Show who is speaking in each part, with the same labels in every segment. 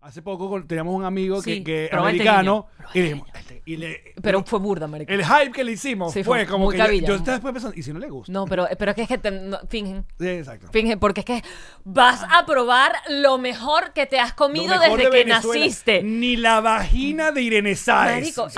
Speaker 1: Hace poco con- teníamos un amigo que,
Speaker 2: Sí,
Speaker 1: que
Speaker 2: prueba el
Speaker 1: americano
Speaker 2: tequila.
Speaker 1: y, le dijimos, "Este", y le-
Speaker 2: Pero fue burda, marico.
Speaker 1: el hype que le hicimos
Speaker 2: Sí,
Speaker 1: fue
Speaker 2: fue
Speaker 1: como
Speaker 2: muy
Speaker 1: que yo- yo,
Speaker 2: cabilla.
Speaker 1: estaba después pensando, ¿y si no le gusta?
Speaker 2: No, pero, pero es que, es que te- no, fingen.
Speaker 1: Sí, exacto.
Speaker 2: Fingen, porque es que vas a probar lo mejor que te has comido
Speaker 1: Lo mejor
Speaker 2: desde
Speaker 1: de
Speaker 2: que
Speaker 1: Venezuela,
Speaker 2: naciste.
Speaker 1: Ni la vagina de Irene Sáez.
Speaker 2: Marico.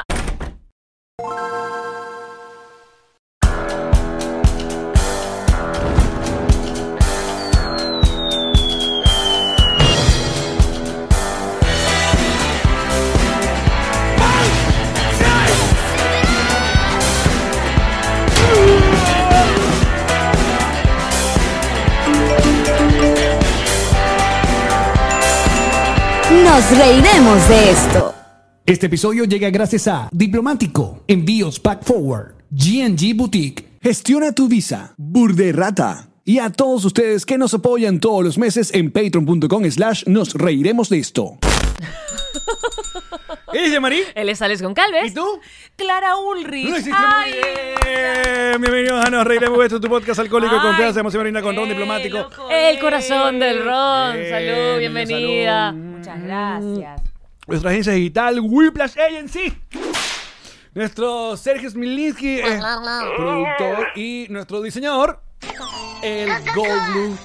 Speaker 3: Nos reiremos de esto.
Speaker 4: Este episodio llega gracias a Diplomático, Envíos Pack Forward, GNG Boutique, Gestiona tu Visa, Burderrata y a todos ustedes que nos apoyan todos los meses en patreon.com slash nos reiremos de esto.
Speaker 1: Ella, Marí.
Speaker 2: Él es Alex Goncalves.
Speaker 1: ¿Y tú?
Speaker 2: Clara Ulrich.
Speaker 1: Lo hiciste
Speaker 2: Ay,
Speaker 1: muy bien. Bienvenidos a Nos Reiremos de esto, tu podcast alcohólico
Speaker 2: Ay.
Speaker 1: con confianza, emoción brinda con ron
Speaker 2: Eh,
Speaker 1: diplomático.
Speaker 2: loco. El corazón del ron.
Speaker 1: Eh,
Speaker 2: Salud,
Speaker 1: bienvenido,
Speaker 2: bienvenida.
Speaker 1: salud.
Speaker 2: Muchas gracias.
Speaker 1: Nuestra agencia digital, Whiplash Agency. Nuestro Sergio Smilinski, eh, productor, y nuestro diseñador, el Gold Blue.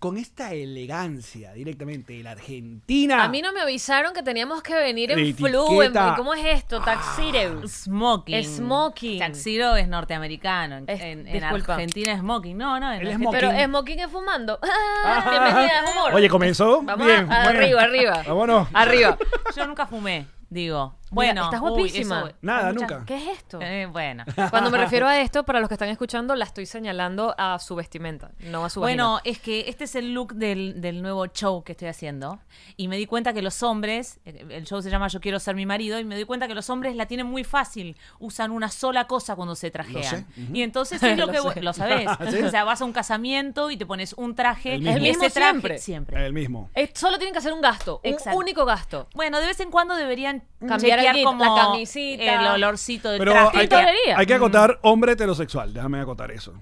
Speaker 1: Con esta elegancia directamente de la Argentina.
Speaker 2: A mí no me avisaron que teníamos que venir en
Speaker 1: La
Speaker 2: flu. en-
Speaker 1: etiqueta. Ah,
Speaker 2: ¿Cómo es esto? Tuxedo.
Speaker 5: Smoking.
Speaker 2: Smoking.
Speaker 5: Taxiro es norteamericano. En,
Speaker 2: Es-
Speaker 5: en- en
Speaker 2: disculpa.
Speaker 5: Argentina es smoking. No, no, en
Speaker 1: Él es
Speaker 5: Argentina-
Speaker 2: Pero smoking es fumando. Bienvenida, es humor.
Speaker 1: Ah. Oye, comenzó.
Speaker 2: Vamos
Speaker 1: bien,
Speaker 2: a-
Speaker 1: bueno.
Speaker 2: arriba, arriba.
Speaker 1: Vámonos.
Speaker 2: Arriba.
Speaker 5: Yo nunca fumé, digo.
Speaker 2: Mira,
Speaker 5: Bueno,
Speaker 2: estás
Speaker 5: uy,
Speaker 2: guapísima.
Speaker 5: eso-
Speaker 1: Nada,
Speaker 2: Mucha-
Speaker 1: nunca.
Speaker 2: ¿Qué es esto?
Speaker 5: eh, bueno.
Speaker 2: Cuando me refiero a esto, para los que están escuchando, la estoy señalando a su vestimenta, no a su
Speaker 5: Bueno,
Speaker 2: vagina.
Speaker 5: es que este es el look del, del nuevo show que estoy haciendo. Y me di cuenta que los hombres, eh, el show se llama Yo quiero ser mi marido, y me di cuenta que los hombres la tienen muy fácil. Usan una sola cosa cuando se trajean. Y entonces es lo,
Speaker 2: Lo
Speaker 5: que
Speaker 2: sé.
Speaker 5: vos- lo sabés. O sea, vas a un casamiento y te pones un traje.
Speaker 1: El
Speaker 5: y
Speaker 1: mismo.
Speaker 2: El mismo
Speaker 5: ese traje
Speaker 2: siempre.
Speaker 5: siempre.
Speaker 1: El mismo.
Speaker 2: Es- solo tienen que hacer un gasto,
Speaker 5: Exacto.
Speaker 2: un único gasto.
Speaker 5: Bueno, de vez en cuando deberían
Speaker 2: Cambiar el
Speaker 5: cambiar chequear
Speaker 2: kit,
Speaker 5: como
Speaker 2: la camisita.
Speaker 5: el olorcito del
Speaker 1: Pero
Speaker 5: traje.
Speaker 1: hay que,
Speaker 2: Tintorería.
Speaker 1: hay que acotar hombre heterosexual. Déjame acotar eso.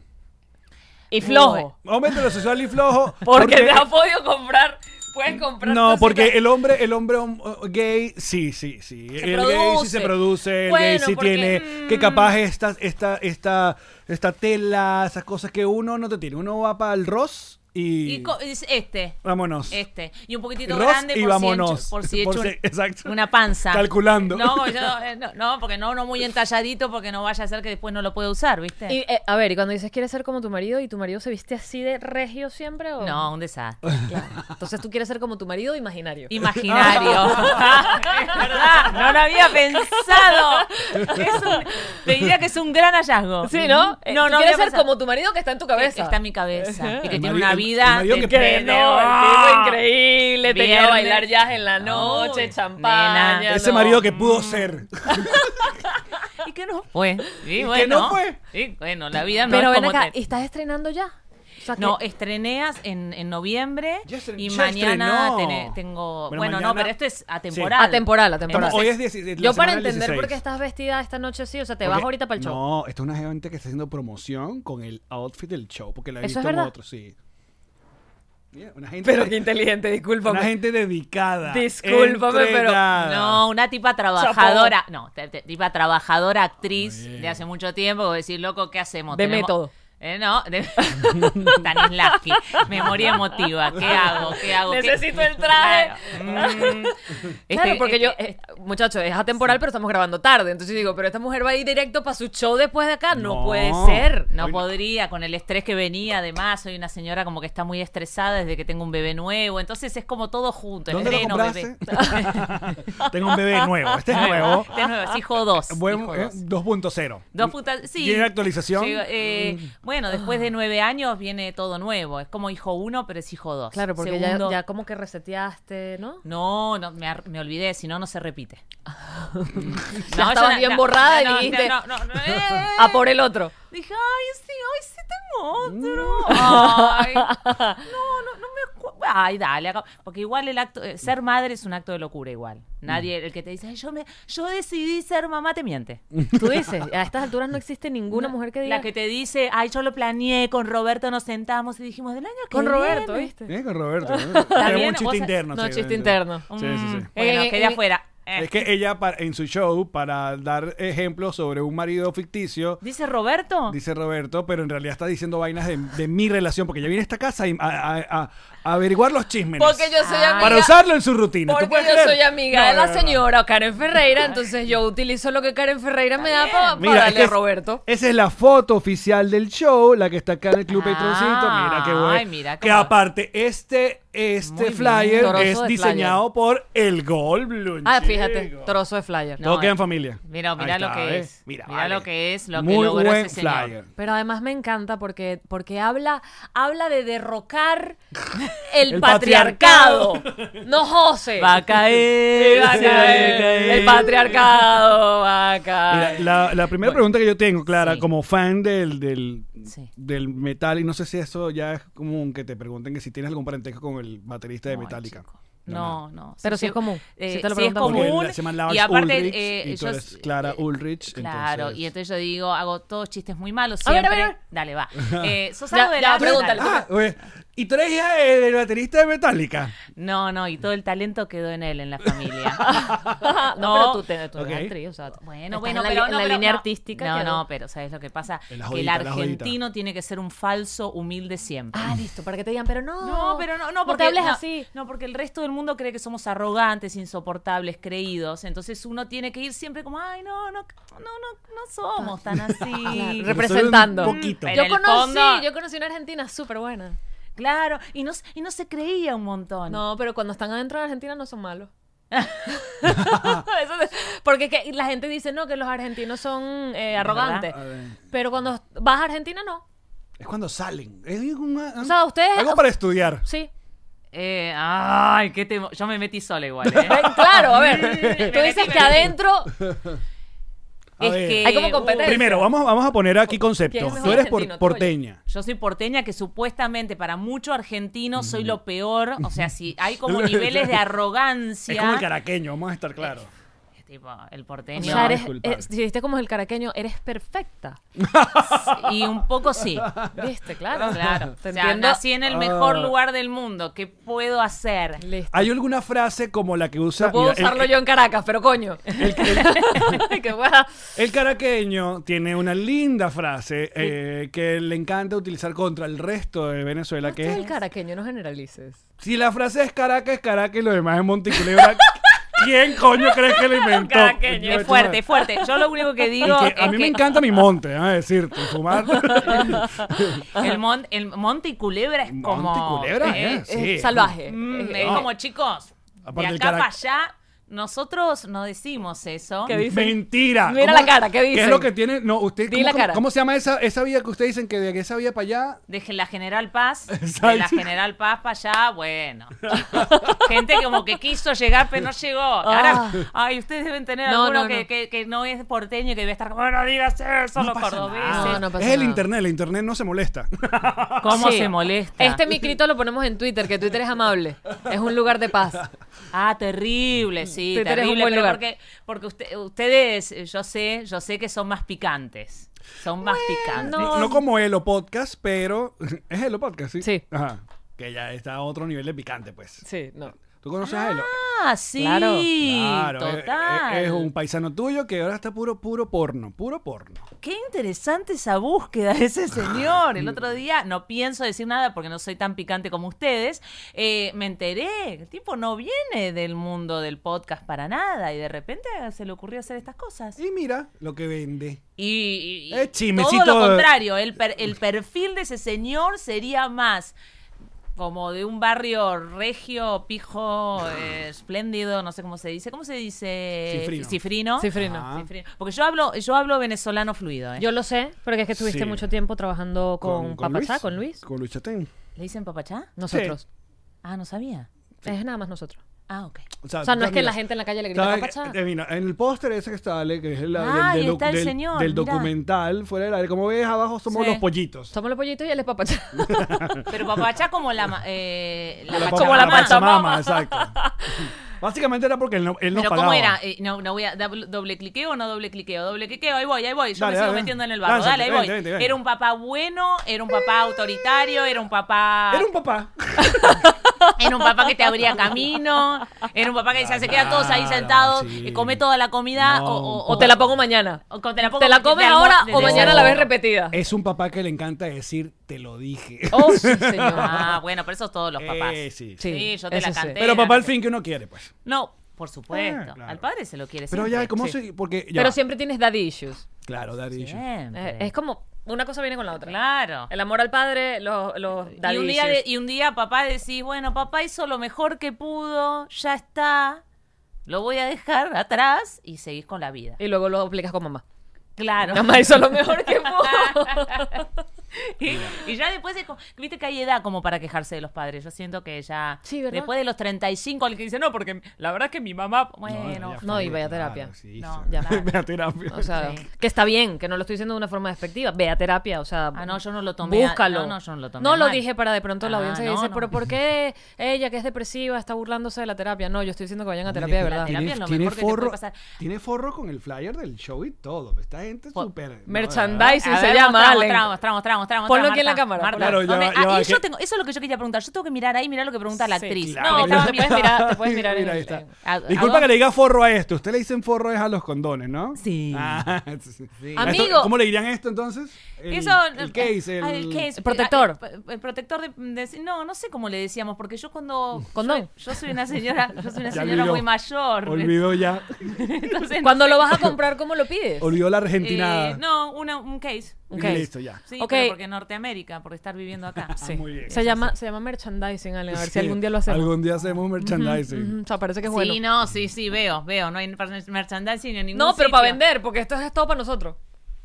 Speaker 2: Y flojo.
Speaker 1: Hombre heterosexual y flojo.
Speaker 2: Porque te has podido comprar, puedes comprar.
Speaker 1: No,
Speaker 2: cositas.
Speaker 1: porque el hombre, el hombre hom- gay, sí, sí, sí. el gay sí
Speaker 2: produce.
Speaker 1: se produce, el gay
Speaker 2: Bueno,
Speaker 1: sí
Speaker 2: porque,
Speaker 1: tiene.
Speaker 2: mm.
Speaker 1: Que capaz esta, esta, esta, esta tela, esas cosas que uno no te tiene. Uno va para el Ross y.
Speaker 5: Y co- es este.
Speaker 1: vámonos.
Speaker 5: Este. Y un poquitito
Speaker 1: Ross
Speaker 5: grande
Speaker 1: y
Speaker 5: por, Si
Speaker 1: vámonos.
Speaker 5: hecho, por si
Speaker 1: Por
Speaker 5: hecho
Speaker 1: si-
Speaker 5: un-
Speaker 1: exacto.
Speaker 5: una panza.
Speaker 1: Calculando.
Speaker 5: No, como yo- eh, no, no, porque no, no muy entalladito, porque no vaya a ser que después no lo pueda usar, ¿viste?
Speaker 2: Y, eh, a ver, y cuando dices quieres ser como tu marido y tu marido se viste así de regio siempre o
Speaker 5: No, un desastre.
Speaker 2: Claro. Entonces tú quieres ser como tu marido imaginario.
Speaker 5: Imaginario. es verdad, no lo había pensado. Es un- te diría que es un gran hallazgo.
Speaker 2: Sí, ¿no? Eh,
Speaker 5: No,
Speaker 2: tú
Speaker 5: no.
Speaker 2: quieres
Speaker 5: había
Speaker 2: ser
Speaker 5: pensado.
Speaker 2: como tu marido que está en tu
Speaker 5: que
Speaker 2: cabeza.
Speaker 5: está en mi cabeza y que
Speaker 1: El
Speaker 5: tiene
Speaker 1: mari-
Speaker 5: una
Speaker 1: el-
Speaker 5: vida
Speaker 1: el marido
Speaker 5: de
Speaker 1: que
Speaker 2: Que no, el tipo increíble, te lleva a
Speaker 5: Viernes.
Speaker 2: bailar jazz en la
Speaker 5: Ay,
Speaker 2: noche, champaña.
Speaker 5: nena.
Speaker 1: Ese
Speaker 2: no.
Speaker 1: marido que
Speaker 2: Mm,
Speaker 1: pudo ser.
Speaker 5: y que no fue y bueno,
Speaker 1: no fue.
Speaker 5: y bueno la vida no
Speaker 2: Pero
Speaker 5: es
Speaker 2: ven
Speaker 5: como
Speaker 2: acá,
Speaker 5: te-
Speaker 2: ¿y estás estrenando ya? O sea,
Speaker 5: no
Speaker 2: que-
Speaker 5: estreneas en, en noviembre
Speaker 1: Ya estren-
Speaker 5: y
Speaker 1: ya
Speaker 5: mañana
Speaker 1: estrenó.
Speaker 5: tené- tengo
Speaker 1: Bueno,
Speaker 5: bueno,
Speaker 1: mañana-
Speaker 5: no pero esto es atemporal
Speaker 2: Sí. Atemporal, atemporal.
Speaker 1: Hoy es 16.
Speaker 2: Yo para entender por qué estás vestida esta noche sí, o sea, te vas ahorita para el show.
Speaker 1: No, esto es una gente que está haciendo promoción con el outfit del show, porque la he
Speaker 2: ¿Eso es
Speaker 1: visto en
Speaker 2: verdad?
Speaker 1: otro, sí. Mira, una gente,
Speaker 2: Pero qué inteligente, discúlpame.
Speaker 1: una gente dedicada.
Speaker 2: Discúlpame, pero-
Speaker 1: entregada.
Speaker 5: no una tipa trabajadora no te- te- tipa trabajadora actriz de hace mucho tiempo voy a decir loco qué hacemos
Speaker 2: De
Speaker 5: Tenemos-
Speaker 2: método.
Speaker 5: Eh, no, de... Stanislavski, memoria emotiva. ¿Qué hago? ¿Qué hago? ¿Qué-
Speaker 2: Necesito el traje.
Speaker 5: Claro. Mm.
Speaker 2: Claro,
Speaker 5: Este-
Speaker 2: porque yo,
Speaker 5: este-
Speaker 2: eh, muchacho, es atemporal, pero estamos grabando tarde. Entonces yo digo, pero esta mujer va a ir directo para su show después de acá. No,
Speaker 1: No.
Speaker 2: puede ser.
Speaker 5: No podría, con el estrés que venía, además, soy una señora como que está muy estresada desde que tengo un bebé nuevo, entonces es como todo junto,
Speaker 1: ¿Dónde lo
Speaker 5: estreno, bebé.
Speaker 1: Tengo un bebé nuevo. Este es nuevo.
Speaker 5: Este es nuevo, es hijo dos.
Speaker 1: Buen-
Speaker 5: hijo
Speaker 1: eh,
Speaker 5: dos.
Speaker 1: 2.0.
Speaker 5: Dos putas, sí.
Speaker 1: ¿Tiene actualización? Mm.
Speaker 5: Sí, eh, bueno, después de nueve años viene todo nuevo. Es como hijo uno, pero es hijo dos.
Speaker 2: Claro, porque ya,
Speaker 5: Segundo-
Speaker 2: ya como que reseteaste, ¿no?
Speaker 5: No, no me, ar- me olvidé, si no, no se repite.
Speaker 2: Ya estabas bien borrada y dijiste,
Speaker 5: No, no, no, eh, eh.
Speaker 2: A por el otro.
Speaker 5: Dije, ay, sí, ay, sí tengo otro.
Speaker 1: Mm.
Speaker 5: Ay, no, no, no me acuerdo. Ay, dale, acá- porque igual el acto, eh, ser madre es un acto de locura igual. Nadie, el que te dice, ay, yo, me, yo decidí ser mamá, te miente.
Speaker 2: Tú dices, a estas alturas no existe ninguna mujer que diga.
Speaker 5: La que te dice, ay, yo lo planeé, con Roberto nos sentamos y dijimos, del año que
Speaker 2: Con
Speaker 5: viene".
Speaker 2: Roberto, ¿viste?
Speaker 1: Eh, con Roberto. ¿eh?
Speaker 5: bien,
Speaker 1: un
Speaker 5: vos-
Speaker 1: chiste interno.
Speaker 2: No,
Speaker 1: sí,
Speaker 2: chiste
Speaker 1: sí.
Speaker 2: interno.
Speaker 1: Sí, sí, sí.
Speaker 5: Mm. Bueno,
Speaker 2: Eh,
Speaker 5: quedé
Speaker 2: eh,
Speaker 5: afuera. Eh.
Speaker 1: Es que ella para- en su show, para dar ejemplos sobre un marido ficticio,
Speaker 5: ¿Dice Roberto?
Speaker 1: dice Roberto, pero en realidad está diciendo vainas de, de mi relación, porque ella viene a esta casa y- a, a- a- a averiguar los chismes.
Speaker 2: Porque yo soy
Speaker 5: Ay.
Speaker 2: amiga.
Speaker 1: Para usarlo en su rutina. ¿tú
Speaker 2: Porque
Speaker 1: puedes
Speaker 2: yo
Speaker 1: creer?
Speaker 2: soy amiga
Speaker 1: No,
Speaker 2: de la
Speaker 1: no, no, no.
Speaker 2: señora Karen Ferreira, entonces yo utilizo lo que Karen Ferreira me da para
Speaker 1: Mira, es
Speaker 2: darle
Speaker 1: que
Speaker 2: a
Speaker 1: es-
Speaker 2: Roberto.
Speaker 1: Esa es la foto oficial del show, la que está acá en el Club
Speaker 5: Ah,
Speaker 1: Patroncito. Mira qué bueno.
Speaker 5: ay, mira
Speaker 1: que
Speaker 5: cómo-
Speaker 1: aparte, este,
Speaker 5: Muy
Speaker 1: este
Speaker 5: bien.
Speaker 1: flyer
Speaker 2: Trozo de
Speaker 1: es
Speaker 2: flyer.
Speaker 1: diseñado por el Goldblum.
Speaker 2: Ah, fíjate,
Speaker 1: chico.
Speaker 2: trozo de flyer.
Speaker 1: Todo
Speaker 5: No,
Speaker 1: queda en
Speaker 5: eh.
Speaker 1: familia.
Speaker 5: Mira,
Speaker 1: Ahí
Speaker 5: mira lo
Speaker 1: está,
Speaker 5: que
Speaker 1: ¿ves?
Speaker 5: es.
Speaker 1: Mira,
Speaker 5: Mira lo que es, lo que
Speaker 1: Muy
Speaker 5: logró
Speaker 1: buen
Speaker 5: ese señor.
Speaker 1: flyer.
Speaker 2: Pero además me encanta porque, porque habla, habla de derrocar el,
Speaker 1: El
Speaker 2: patriarcado. No, José.
Speaker 5: Va a caer,
Speaker 2: Va a caer. El patriarcado va a caer.
Speaker 1: Mira, la, la primera pregunta que yo tengo, Clara,
Speaker 5: Sí.
Speaker 1: como fan del, del,
Speaker 5: Sí.
Speaker 1: del metal, y no sé si eso ya es común que te pregunten que si tienes algún parentesco con el baterista de
Speaker 5: Ay,
Speaker 1: Metallica.
Speaker 5: chico. No, no.
Speaker 2: Pero sí es común.
Speaker 5: eh,
Speaker 2: Sí te lo
Speaker 5: sí es
Speaker 2: preguntan mucho.
Speaker 1: Porque
Speaker 5: común.
Speaker 1: él se llama Lars
Speaker 5: y aparte,
Speaker 1: Ulrich,
Speaker 5: eh,
Speaker 1: y tú
Speaker 5: yo-
Speaker 1: eres Clara Ulrich.
Speaker 5: Claro,
Speaker 1: entonces-
Speaker 5: y entonces yo digo, hago todos chistes muy malos
Speaker 2: A ver,
Speaker 5: siempre.
Speaker 2: a ver, a ver.
Speaker 5: Dale, va. Eh, sos
Speaker 2: Ya,
Speaker 5: algo de
Speaker 2: ya,
Speaker 5: la
Speaker 2: pregúntale.
Speaker 5: Ah,
Speaker 1: Ah, oye, y tú eres hija de- del baterista de Metallica.
Speaker 5: No, no, y todo el talento quedó en él, en la familia.
Speaker 2: no, pero tú, te, tú eres
Speaker 1: Ok.
Speaker 2: actriz, o sea,
Speaker 5: Bueno,
Speaker 2: estás
Speaker 5: bueno,
Speaker 2: en la,
Speaker 5: pero
Speaker 2: en
Speaker 5: no,
Speaker 2: la
Speaker 5: pero
Speaker 2: línea
Speaker 5: no.
Speaker 2: artística.
Speaker 5: No,
Speaker 2: quedó.
Speaker 5: no, pero ¿sabes lo que pasa?
Speaker 1: En la
Speaker 5: que el
Speaker 1: jodita, en la jodita.
Speaker 5: argentino tiene que ser un falso humilde siempre.
Speaker 1: Mm.
Speaker 2: Ah, listo, para que te digan, pero no.
Speaker 5: No, pero no, no,
Speaker 2: No
Speaker 5: porque
Speaker 2: te hables
Speaker 5: no,
Speaker 2: así.
Speaker 5: No, porque el resto del mundo cree que somos arrogantes, insoportables, creídos. Entonces uno tiene que ir siempre como, ay, no, no, no, no, no somos tan así.
Speaker 1: Pero soy
Speaker 2: representando.
Speaker 1: un poquito.
Speaker 5: Pero
Speaker 2: Yo
Speaker 5: en Mm, el
Speaker 2: conocí,
Speaker 5: fondo-
Speaker 2: yo conocí una argentina súper buena.
Speaker 5: Claro, y no, y no se creía un montón.
Speaker 2: No, pero cuando están adentro de Argentina no son malos. Eso es- porque que la gente dice, no, que los argentinos son eh, arrogantes.
Speaker 1: A ver.
Speaker 2: Pero cuando vas a Argentina, no.
Speaker 1: Es cuando salen. Es una-
Speaker 2: O sea, ustedes...
Speaker 1: Algo para estudiar.
Speaker 2: Sí.
Speaker 5: Eh, ay, qué temo. Yo me metí sola igual. ¿eh?
Speaker 2: Eh, claro, a ver.
Speaker 5: Me
Speaker 2: Tú dices
Speaker 5: metí,
Speaker 2: que
Speaker 5: me metí.
Speaker 2: adentro...
Speaker 1: A
Speaker 5: Es
Speaker 1: ver.
Speaker 5: que
Speaker 2: Hay como competencia.
Speaker 1: Primero, vamos, vamos a poner aquí
Speaker 2: ¿Quién es
Speaker 1: conceptos.
Speaker 2: mejor
Speaker 1: Tú eres por-
Speaker 2: argentino, tú o yo?
Speaker 1: porteña.
Speaker 5: uh, Yo soy porteña que supuestamente para mucho argentino soy lo peor. O sea, si hay como niveles de arrogancia.
Speaker 1: Es como el caraqueño, vamos a estar claros.
Speaker 5: Tipo, el
Speaker 2: O
Speaker 5: porteño.
Speaker 2: sea, eres,
Speaker 1: disculpame.
Speaker 2: eh, si viste como el caraqueño, eres perfecta.
Speaker 5: Y un poco sí.
Speaker 2: Viste, claro.
Speaker 5: Claro.
Speaker 2: Te
Speaker 5: o sea,
Speaker 2: entiendo.
Speaker 5: nací en el mejor
Speaker 1: Ah.
Speaker 5: lugar del mundo. ¿Qué puedo hacer?
Speaker 2: Listo.
Speaker 1: ¿Hay alguna frase como la que usa...
Speaker 2: No puedo
Speaker 1: Mira, el-
Speaker 2: usarlo yo en Caracas, pero coño. Que fuera-
Speaker 1: El caraqueño tiene una linda frase eh, que le encanta utilizar contra el resto de Venezuela, que
Speaker 2: Usted es el
Speaker 1: es...
Speaker 2: caraqueño, no generalices.
Speaker 1: Si la frase es Caracas, es Caracas y lo demás es Monticulebra, ¿quién coño crees que lo inventó?
Speaker 5: Caraqueño, Es fuerte, es fuerte. Yo lo único que
Speaker 1: Y
Speaker 5: digo
Speaker 1: que a
Speaker 5: es
Speaker 1: mí
Speaker 5: que
Speaker 1: me encanta mi monte, a decirte, fumar.
Speaker 5: el, mon- el monte y culebra es como.
Speaker 1: Monte y culebra,
Speaker 5: Eh,
Speaker 1: ¿eh? Sí.
Speaker 2: Es salvaje.
Speaker 5: Mm,
Speaker 2: Eh,
Speaker 5: es
Speaker 1: no.
Speaker 5: como, chicos,
Speaker 1: Aparte
Speaker 5: de
Speaker 1: el
Speaker 5: acá para
Speaker 1: carac-
Speaker 5: allá, nosotros no decimos eso.
Speaker 2: ¿Qué dicen?
Speaker 1: Mentira.
Speaker 2: Mira
Speaker 1: ¿Cómo-
Speaker 2: la cara, ¿qué
Speaker 1: ¿Qué es
Speaker 2: dicen?
Speaker 1: lo que tiene? No, usted,
Speaker 2: Di
Speaker 1: ¿cómo,
Speaker 2: la
Speaker 1: cómo-
Speaker 2: cara.
Speaker 1: cómo se llama esa, esa vía que ustedes dicen que de esa vía para allá?
Speaker 5: De la General Paz, de
Speaker 1: Exacto.
Speaker 5: la General Paz para allá, bueno. chicos, Gente como que quiso llegar, pero no llegó. Ahora, ay, ustedes deben tener
Speaker 2: Ah. No,
Speaker 5: alguno
Speaker 2: no,
Speaker 5: que,
Speaker 2: no.
Speaker 5: Que, que no es porteño y que debe estar como, no digas eso, los
Speaker 2: nada.
Speaker 5: cordobeses.
Speaker 2: No, no. pasa
Speaker 1: es el
Speaker 2: nada.
Speaker 1: internet, el internet no se molesta.
Speaker 5: ¿Cómo
Speaker 2: Sí.
Speaker 5: se molesta?
Speaker 2: Este micrito lo ponemos en Twitter, que Twitter es amable. Es un lugar de paz.
Speaker 5: Ah, terrible, sí,
Speaker 2: Twitter es un
Speaker 5: terrible.
Speaker 2: buen
Speaker 5: pero
Speaker 2: lugar.
Speaker 5: Porque, porque usted- ustedes, eh, yo sé, yo sé que son más picantes. Son más picantes.
Speaker 1: No, como Elo Podcast, pero es Elo Podcast, ¿sí?
Speaker 2: Sí.
Speaker 1: Ajá. Que ya está a otro nivel de picante, pues.
Speaker 2: Sí, no.
Speaker 1: ¿Tú conoces a Elo?
Speaker 5: Ah, sí.
Speaker 2: Claro.
Speaker 1: Claro, es-
Speaker 5: total.
Speaker 1: Es, es un paisano tuyo que ahora está puro, puro porno, puro porno.
Speaker 5: Qué interesante esa búsqueda de ese señor. El otro día, no pienso decir nada porque no soy tan picante como ustedes, eh, me enteré, el tipo no viene del mundo del podcast para nada y de repente se le ocurrió hacer estas cosas.
Speaker 1: Y mira lo que vende.
Speaker 5: Y, y- y
Speaker 1: Eh, chismecito.
Speaker 5: todo lo contrario, el, per- el perfil de ese señor sería más como de un barrio regio, pijo, eh, espléndido, no sé cómo se dice. ¿Cómo se dice?
Speaker 1: Cifrino.
Speaker 5: Cifrino.
Speaker 2: Cifrino.
Speaker 1: Ah.
Speaker 5: Cifrino. Porque yo hablo, yo hablo venezolano fluido, ¿eh?
Speaker 2: Yo lo sé, porque es que estuviste
Speaker 1: Sí.
Speaker 2: mucho tiempo trabajando con, Papachá, con Luis.
Speaker 1: Con Luis Chatén.
Speaker 5: ¿Le dicen papachá?
Speaker 2: Nosotros.
Speaker 5: Ah, no sabía.
Speaker 2: Es nada más nosotros.
Speaker 5: Ah, ok.
Speaker 2: O sea, no es que
Speaker 1: mira,
Speaker 2: la gente en la calle le grita
Speaker 1: ¿sabes?
Speaker 2: papachá.
Speaker 1: Eh, mira, en el póster ese que sale, que es el,
Speaker 5: Ah,
Speaker 1: del,
Speaker 5: ahí
Speaker 1: del-
Speaker 5: está el
Speaker 1: del-
Speaker 5: señor,
Speaker 1: del
Speaker 5: mira.
Speaker 1: documental, fuera del aire. Como ves, abajo somos
Speaker 5: Sí.
Speaker 1: los pollitos.
Speaker 2: Somos los pollitos y él es papachá.
Speaker 5: Pero papachá como la... ma- Eh, la
Speaker 1: La
Speaker 5: Pachamama.
Speaker 1: Pachamama, Pachamama, exacto. Básicamente era porque él, no, él nos
Speaker 5: Pero ¿cómo
Speaker 1: pagaba.
Speaker 5: era? Eh, no, no voy a... ¿Doble, doble cliqueo o no doble cliqueo? Doble cliqueo, ahí voy, ahí voy. Yo
Speaker 1: Dale,
Speaker 5: me sigo
Speaker 1: dale,
Speaker 5: metiendo en el barro.
Speaker 1: lánzate,
Speaker 5: Dale, ahí voy.
Speaker 1: vente, vente, vente.
Speaker 5: Era un papá bueno, era un papá autoritario, era un papá...
Speaker 1: Era un papá.
Speaker 5: Era un papá que te abría camino, era un papá que decía, se queda todos ahí
Speaker 1: Claro,
Speaker 5: sentados
Speaker 1: sí.
Speaker 5: y come toda la comida
Speaker 1: No,
Speaker 5: o, o-
Speaker 2: O te la pongo mañana.
Speaker 5: o te la pongo
Speaker 2: Te la
Speaker 5: de
Speaker 2: comes
Speaker 5: almuer-
Speaker 2: ahora
Speaker 5: de
Speaker 2: o mañana la
Speaker 5: desayuno.
Speaker 2: ves repetida.
Speaker 1: Es un papá que le encanta decir, te lo dije.
Speaker 2: Oh, sí, señor.
Speaker 5: Ah, bueno, pero eso todos los papás.
Speaker 1: Eh, sí.
Speaker 5: Sí, yo te
Speaker 2: eso
Speaker 5: la
Speaker 2: sí.
Speaker 5: canté.
Speaker 1: Pero papá
Speaker 5: no
Speaker 1: al
Speaker 5: sé.
Speaker 1: fin que uno quiere, pues.
Speaker 5: No, por supuesto.
Speaker 1: Ah, claro.
Speaker 5: Al padre se lo quiere
Speaker 1: Pero ya,
Speaker 5: siempre.
Speaker 1: ¿cómo
Speaker 2: Sí.
Speaker 1: se...? Porque ya
Speaker 2: Pero
Speaker 1: va.
Speaker 2: siempre tienes daddy issues.
Speaker 1: Claro, Daddy issue.
Speaker 5: Siempre.
Speaker 2: Eh, Es como una cosa viene con la otra.
Speaker 5: Claro.
Speaker 2: El amor al padre, los, los daddy
Speaker 5: Y un, día
Speaker 2: issues.
Speaker 5: de- y un día papá decís, bueno, papá hizo lo mejor que pudo, ya está, lo voy a dejar atrás y seguís con la vida.
Speaker 2: Y luego lo aplicas con mamá.
Speaker 5: Claro.
Speaker 2: Mamá hizo lo mejor que pudo.
Speaker 5: y, y ya después, es como- viste que hay edad como para quejarse de los padres. Yo siento que ya
Speaker 2: Sí, ¿verdad?
Speaker 5: después de los 35, alguien que dice, no, porque la verdad es que mi mamá, bueno,
Speaker 1: ya
Speaker 2: no,
Speaker 1: fue,
Speaker 2: y vaya a
Speaker 1: claro,
Speaker 2: terapia.
Speaker 1: sí,
Speaker 5: No,
Speaker 1: sí.
Speaker 2: ya.
Speaker 1: Ve a terapia.
Speaker 2: O sea,
Speaker 5: Sí.
Speaker 2: que está bien, que no lo estoy diciendo de una forma despectiva. Ve a terapia, o sea.
Speaker 5: Ah, no, yo no lo tomé a-
Speaker 2: Búscalo.
Speaker 5: no, no, yo no lo tomé
Speaker 2: No lo
Speaker 5: mal.
Speaker 2: dije para de pronto la
Speaker 5: Ah,
Speaker 2: audiencia que
Speaker 5: no,
Speaker 2: dice,
Speaker 5: no.
Speaker 2: pero ¿por qué ella que es depresiva está burlándose de la terapia? No, yo estoy diciendo que vayan a terapia de
Speaker 5: la
Speaker 2: verdad.
Speaker 5: terapia
Speaker 1: Tiene,
Speaker 5: es lo
Speaker 1: tiene
Speaker 5: mejor que te
Speaker 1: forro,
Speaker 5: puede pasar.
Speaker 1: tiene forro con el flyer del show y todo. Esta gente es
Speaker 5: Po-
Speaker 1: súper...
Speaker 2: merchandise.
Speaker 5: A
Speaker 2: se
Speaker 5: ver,
Speaker 2: llama,
Speaker 5: mostrá,
Speaker 2: Allen.
Speaker 5: mostrá, mostrá, mostrá, mostrá, mostrá,
Speaker 2: Ponlo aquí en la
Speaker 5: Marta,
Speaker 2: cámara,
Speaker 5: Marta.
Speaker 1: ponlo. Claro, ya
Speaker 5: ¿Dónde-
Speaker 1: va, ya
Speaker 5: ah,
Speaker 1: va,
Speaker 5: y yo
Speaker 1: que-
Speaker 5: tengo, eso es lo que yo quería preguntar. Yo tengo que mirar ahí, mirar lo que pregunta la
Speaker 2: Sí,
Speaker 5: actriz.
Speaker 1: claro.
Speaker 5: No,
Speaker 2: No,
Speaker 5: estaba
Speaker 2: te puedes
Speaker 5: mirando.
Speaker 2: mirar, te puedes mirar en
Speaker 1: Mira, ahí
Speaker 2: el-
Speaker 1: está.
Speaker 5: ¿A- a
Speaker 1: Disculpa
Speaker 5: dónde?
Speaker 1: que le diga forro a esto. Usted le dicen forro es a los condones, ¿no?
Speaker 5: Sí.
Speaker 1: Ah, sí. Esto-
Speaker 5: Amigo.
Speaker 1: ¿Cómo le dirían esto entonces? El,
Speaker 5: Eso-
Speaker 1: el case. El,
Speaker 5: ah, el case,
Speaker 2: El protector.
Speaker 5: ah, El, el protector de, de- No, no sé cómo le decíamos, porque yo cuando.
Speaker 2: Condón.
Speaker 5: Yo, yo soy una señora, yo soy una
Speaker 1: Ya
Speaker 5: señora
Speaker 1: olvidó.
Speaker 5: muy mayor.
Speaker 1: Olvidó ya.
Speaker 5: Entonces, no
Speaker 2: Cuando
Speaker 5: sé,
Speaker 2: lo vas a comprar, ¿cómo lo pides?
Speaker 1: Olvidó la
Speaker 5: eh,
Speaker 1: argentinada.
Speaker 5: no, una- un case.
Speaker 2: Un
Speaker 1: Y
Speaker 2: case.
Speaker 1: Listo, ya.
Speaker 5: Sí,
Speaker 2: Ok.
Speaker 5: pero porque Norteamérica, por estar viviendo acá.
Speaker 2: Sí.
Speaker 1: Muy bien.
Speaker 2: Se llama, se llama merchandising, Allen. A ver si
Speaker 1: Sí,
Speaker 2: algún día lo hacemos.
Speaker 1: Algún día hacemos merchandising.
Speaker 2: Ujú, O sea, parece que es bueno.
Speaker 5: Sí, no, sí, sí, veo, veo. No hay merchandising en ningún
Speaker 2: No, pero para
Speaker 5: sitio.
Speaker 2: vender, porque esto es todo para nosotros.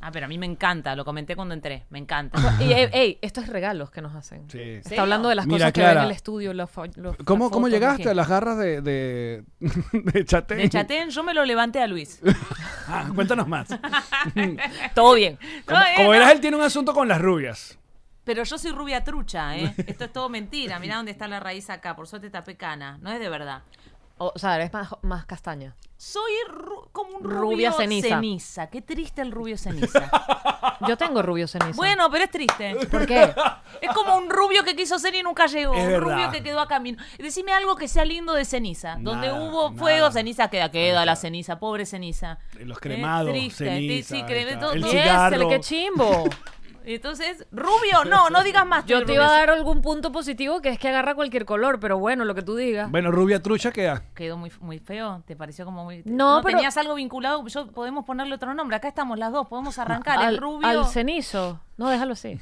Speaker 5: Ah, pero a mí me encanta, lo comenté cuando entré, me encanta.
Speaker 2: Y, ey, ey, estos regalos que nos hacen.
Speaker 1: Sí.
Speaker 2: Está hablando de las
Speaker 1: Mira,
Speaker 2: cosas que
Speaker 1: Clara,
Speaker 2: ven en el estudio. los fo- los-
Speaker 1: ¿Cómo, ¿Cómo
Speaker 2: las fotos,
Speaker 1: llegaste
Speaker 2: ¿qué?
Speaker 1: a las garras de, de, de Chatén?
Speaker 5: De Chatén, yo me lo levanté a Luis.
Speaker 1: Ah, cuéntanos más.
Speaker 2: Todo bien.
Speaker 1: Como,
Speaker 5: No, eh,
Speaker 1: como
Speaker 5: no.
Speaker 1: verás, él tiene un asunto con las rubias.
Speaker 5: Pero yo soy rubia trucha, ¿eh? Esto es todo mentira. Mirá dónde está la raíz acá. Por suerte está pecana. No es de verdad.
Speaker 2: O, o sea, eres más, más castaña.
Speaker 5: Soy ru- como un
Speaker 2: Rubia
Speaker 5: rubio
Speaker 2: ceniza.
Speaker 5: Qué triste el rubio ceniza.
Speaker 2: Yo tengo rubio ceniza.
Speaker 5: bueno, pero es triste.
Speaker 2: ¿Por qué?
Speaker 5: Es como un rubio que quiso ser y nunca llegó.
Speaker 1: Es
Speaker 5: un
Speaker 1: verdad.
Speaker 5: rubio que quedó a camino. Decime algo que sea lindo de ceniza. Donde
Speaker 1: Nada,
Speaker 5: hubo
Speaker 1: nada.
Speaker 5: fuego, ceniza queda, queda
Speaker 1: Ahí
Speaker 5: la
Speaker 1: está.
Speaker 5: ceniza. Pobre ceniza.
Speaker 1: Los
Speaker 5: Eh,
Speaker 1: cremados,
Speaker 5: triste.
Speaker 1: ceniza,
Speaker 5: Sí,
Speaker 1: ahí
Speaker 5: creme-
Speaker 1: está.
Speaker 5: todo-
Speaker 1: El
Speaker 5: todo-
Speaker 1: cigarro.
Speaker 2: Ésele, qué chimbo.
Speaker 5: Entonces, rubio, no, no digas más.
Speaker 2: Yo
Speaker 5: soy
Speaker 2: te
Speaker 5: rubio.
Speaker 2: iba a dar algún punto positivo que es que agarra cualquier color, pero bueno, lo que tú digas.
Speaker 1: Bueno, rubia trucha queda.
Speaker 5: quedó muy, muy feo, te pareció como muy...
Speaker 2: No, pero-
Speaker 5: tenías algo vinculado, yo podemos ponerle otro nombre, acá estamos las dos, podemos arrancar
Speaker 2: al,
Speaker 5: el rubio.
Speaker 2: al cenizo. No, déjalo así.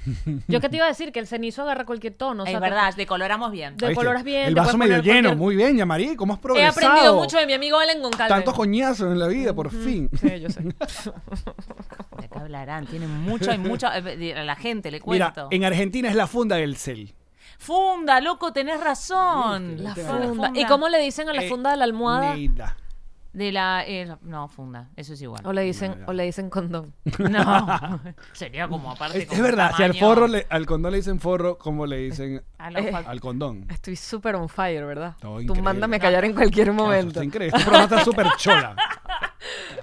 Speaker 2: Yo que te iba a decir que el cenizo agarra cualquier tono. o
Speaker 5: es
Speaker 2: sea,
Speaker 5: verdad, decoloramos bien.
Speaker 2: De
Speaker 1: Ahí está.
Speaker 2: colores bien,
Speaker 1: El
Speaker 2: te
Speaker 1: vaso
Speaker 2: puedes
Speaker 1: medio
Speaker 2: poner
Speaker 1: lleno.
Speaker 2: cualquier-
Speaker 1: Muy bien, Yamari. ¿Cómo has
Speaker 2: te- He
Speaker 1: progresado?
Speaker 2: aprendido mucho de mi amigo Allen Goncalves.
Speaker 1: Tantos coñazos en la vida, por fin.
Speaker 2: Sí, yo sé.
Speaker 5: De acá hablarán, tienen mucho, hay mucho, eh, de- a la gente le
Speaker 1: Mira,
Speaker 5: cuento.
Speaker 1: en Argentina es la funda del CEL.
Speaker 5: Funda, loco, tenés razón.
Speaker 2: La funda. ¿Y cómo le dicen a la
Speaker 1: Eh,
Speaker 2: funda de la almohada?
Speaker 1: Neida.
Speaker 5: De la... eh, no, funda, eso es igual.
Speaker 2: O le dicen, o le dicen condón.
Speaker 5: No, sería como aparte...
Speaker 1: Es, es
Speaker 5: como
Speaker 1: verdad, si al
Speaker 5: tamaño.
Speaker 1: forro le- al condón le dicen forro, como le dicen
Speaker 5: A
Speaker 2: Eh,
Speaker 5: la fa-
Speaker 1: al condón.
Speaker 2: Estoy súper on fire, ¿verdad?
Speaker 1: No,
Speaker 2: Tú
Speaker 1: increíble.
Speaker 2: mándame a callar en cualquier
Speaker 1: Eso
Speaker 2: momento.
Speaker 1: Está increíble. Este programa está súper chola.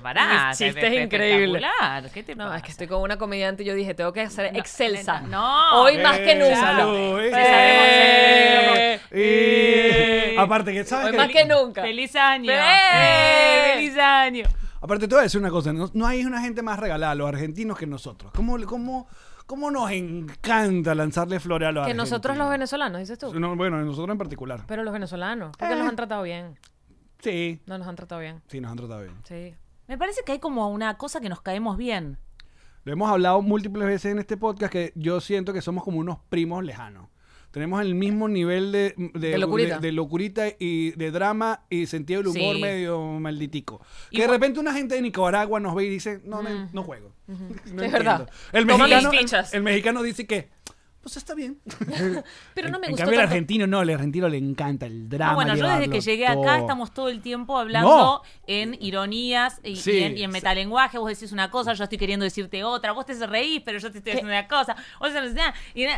Speaker 5: pará.
Speaker 2: Mis
Speaker 5: te-
Speaker 2: chistes
Speaker 5: te-
Speaker 2: increíbles.
Speaker 5: espectacular, ¿Qué te
Speaker 2: No, es que
Speaker 5: pasa?
Speaker 2: estoy con una comediante y yo dije, tengo que hacer excelsa.
Speaker 5: No.
Speaker 2: Hoy más que
Speaker 1: Eh,
Speaker 2: nunca.
Speaker 1: salud, eh.
Speaker 2: Eh,
Speaker 1: Eh,
Speaker 2: eh.
Speaker 1: eh. Aparte que, ¿sabes
Speaker 2: Hoy
Speaker 1: qué?
Speaker 2: más que nunca.
Speaker 5: Feliz año.
Speaker 2: ¡Eh!
Speaker 5: Feliz año.
Speaker 1: Aparte, te voy a decir una cosa: no, no hay una gente más regalada a los argentinos que nosotros. ¿Cómo, cómo, cómo nos encanta lanzarle flores a los
Speaker 2: Que nosotros los
Speaker 1: argentinos?
Speaker 2: venezolanos, dices tú.
Speaker 1: No, bueno, nosotros en particular.
Speaker 2: Pero los venezolanos, porque
Speaker 1: Eh.
Speaker 2: nos han tratado bien.
Speaker 1: Sí,
Speaker 2: No nos han tratado bien.
Speaker 1: sí, nos han tratado bien.
Speaker 2: Sí.
Speaker 5: Me parece que hay como una cosa que nos caemos bien.
Speaker 1: Lo hemos hablado múltiples veces en este podcast que yo siento que somos como unos primos lejanos. Tenemos el mismo nivel de,
Speaker 2: De locurita.
Speaker 1: de locurita y de drama y sentido del humor
Speaker 5: Sí.
Speaker 1: medio malditico. Que
Speaker 5: Y
Speaker 1: de
Speaker 5: bu-
Speaker 1: repente una gente de Nicaragua nos ve y dice, no, me- no juego. No entiendo.
Speaker 2: verdad.
Speaker 1: El
Speaker 2: Toma mis
Speaker 1: mexicano,
Speaker 2: fichas.
Speaker 1: el mexicano dice que, pues está bien.
Speaker 2: Pero no me
Speaker 1: en
Speaker 2: gustó
Speaker 1: cambio el
Speaker 2: tanto.
Speaker 1: argentino no, el argentino le encanta el drama.
Speaker 5: Ah, bueno, yo desde
Speaker 1: llevarlo
Speaker 5: que llegué
Speaker 1: todo.
Speaker 5: acá estamos todo el tiempo hablando
Speaker 1: No.
Speaker 5: en ironías y, y
Speaker 1: Sí.
Speaker 5: en, y en metalenguaje. Vos decís una cosa, yo estoy queriendo decirte otra. Vos te reís, pero yo te estoy diciendo una cosa. Vos te- y, eh,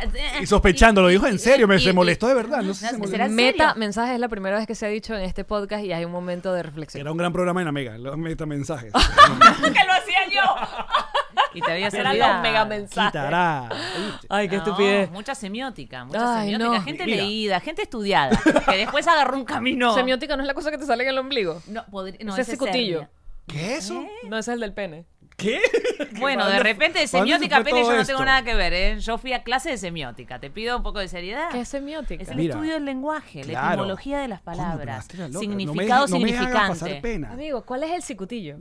Speaker 1: Y sospechando, lo dijo en serio, me se molestó de verdad. No sé si se
Speaker 5: ¿Será
Speaker 1: molestó.
Speaker 5: en
Speaker 2: Meta
Speaker 5: serio?
Speaker 2: mensaje es la primera vez que se ha dicho en este podcast y hay un momento de reflexión.
Speaker 1: Era un gran programa en Omega, los metamensajes.
Speaker 5: ¡Que lo hacía yo! y te habías
Speaker 2: Serán
Speaker 5: olvidado.
Speaker 2: los mega mensajes.
Speaker 1: Quitará.
Speaker 2: Ay, qué
Speaker 5: No,
Speaker 2: estupidez.
Speaker 5: Mucha semiótica, mucha
Speaker 2: Ay,
Speaker 5: semiótica.
Speaker 2: no.
Speaker 5: Gente
Speaker 1: Mira.
Speaker 5: leída, gente estudiada, que después agarró un camino.
Speaker 2: Semiótica no es la cosa que te sale en el ombligo.
Speaker 5: No, podri- no,
Speaker 2: Ese
Speaker 5: ese es
Speaker 2: cicutillo.
Speaker 5: serbia.
Speaker 1: ¿Qué es eso?
Speaker 5: Eh.
Speaker 2: No, ese es el del pene.
Speaker 1: ¿Qué?
Speaker 5: Bueno,
Speaker 1: ¿Para
Speaker 5: de
Speaker 1: dónde-
Speaker 5: repente
Speaker 1: para dónde
Speaker 5: de
Speaker 1: se
Speaker 5: semiótica,
Speaker 1: fue
Speaker 5: Pérez,
Speaker 1: todo
Speaker 5: yo no
Speaker 1: esto?
Speaker 5: tengo nada que ver, ¿eh? Yo fui a clase de semiótica. Te pido un poco de seriedad.
Speaker 2: ¿Qué es semiótica?
Speaker 5: Ah. Es el
Speaker 1: Mira.
Speaker 5: estudio del lenguaje, la
Speaker 1: Claro.
Speaker 5: etimología de las
Speaker 1: Coño, pero
Speaker 5: palabras,
Speaker 1: Astrid, la loca,
Speaker 5: significado,
Speaker 1: no me, dejes- No me hagas pasar
Speaker 5: significante.
Speaker 1: pena.
Speaker 2: Amigo, ¿cuál es el cicutillo?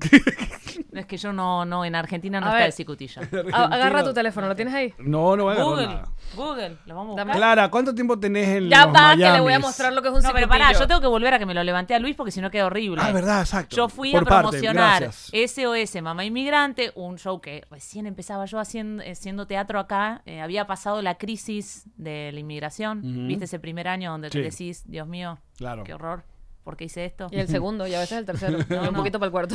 Speaker 5: No, es que yo no, no, en Argentina no
Speaker 2: A
Speaker 5: está
Speaker 2: ver.
Speaker 5: el cicutillo.
Speaker 2: A- Agarra tu teléfono, ¿lo tienes ahí?
Speaker 1: No, no voy a agarrar
Speaker 5: Google,
Speaker 1: nada.
Speaker 5: Google, lo vamos a
Speaker 2: Dame.
Speaker 5: buscar.
Speaker 1: Clara, ¿cuánto tiempo tenés en
Speaker 2: Ya
Speaker 1: los
Speaker 2: va, que le voy a
Speaker 1: Miamis?
Speaker 2: mostrar lo que es un
Speaker 5: No, pero
Speaker 2: cicutillo.
Speaker 5: pará, yo tengo que volver a que me lo levanté a Luis porque si no queda horrible.
Speaker 1: Ah, verdad, exacto.
Speaker 5: Yo fui
Speaker 1: Por
Speaker 5: a
Speaker 1: parte,
Speaker 5: promocionar
Speaker 1: gracias.
Speaker 5: SOS Mamá Inmigrante, un show que recién empezaba yo haciendo, haciendo teatro acá. Eh, había pasado la crisis de la inmigración. ¿Viste ese primer año donde te
Speaker 1: Sí.
Speaker 5: decís, Dios mío,
Speaker 1: Claro.
Speaker 5: qué horror? ¿Por qué hice esto?
Speaker 2: Y el segundo, y a veces el tercero. y un
Speaker 5: no.
Speaker 2: poquito para el cuarto.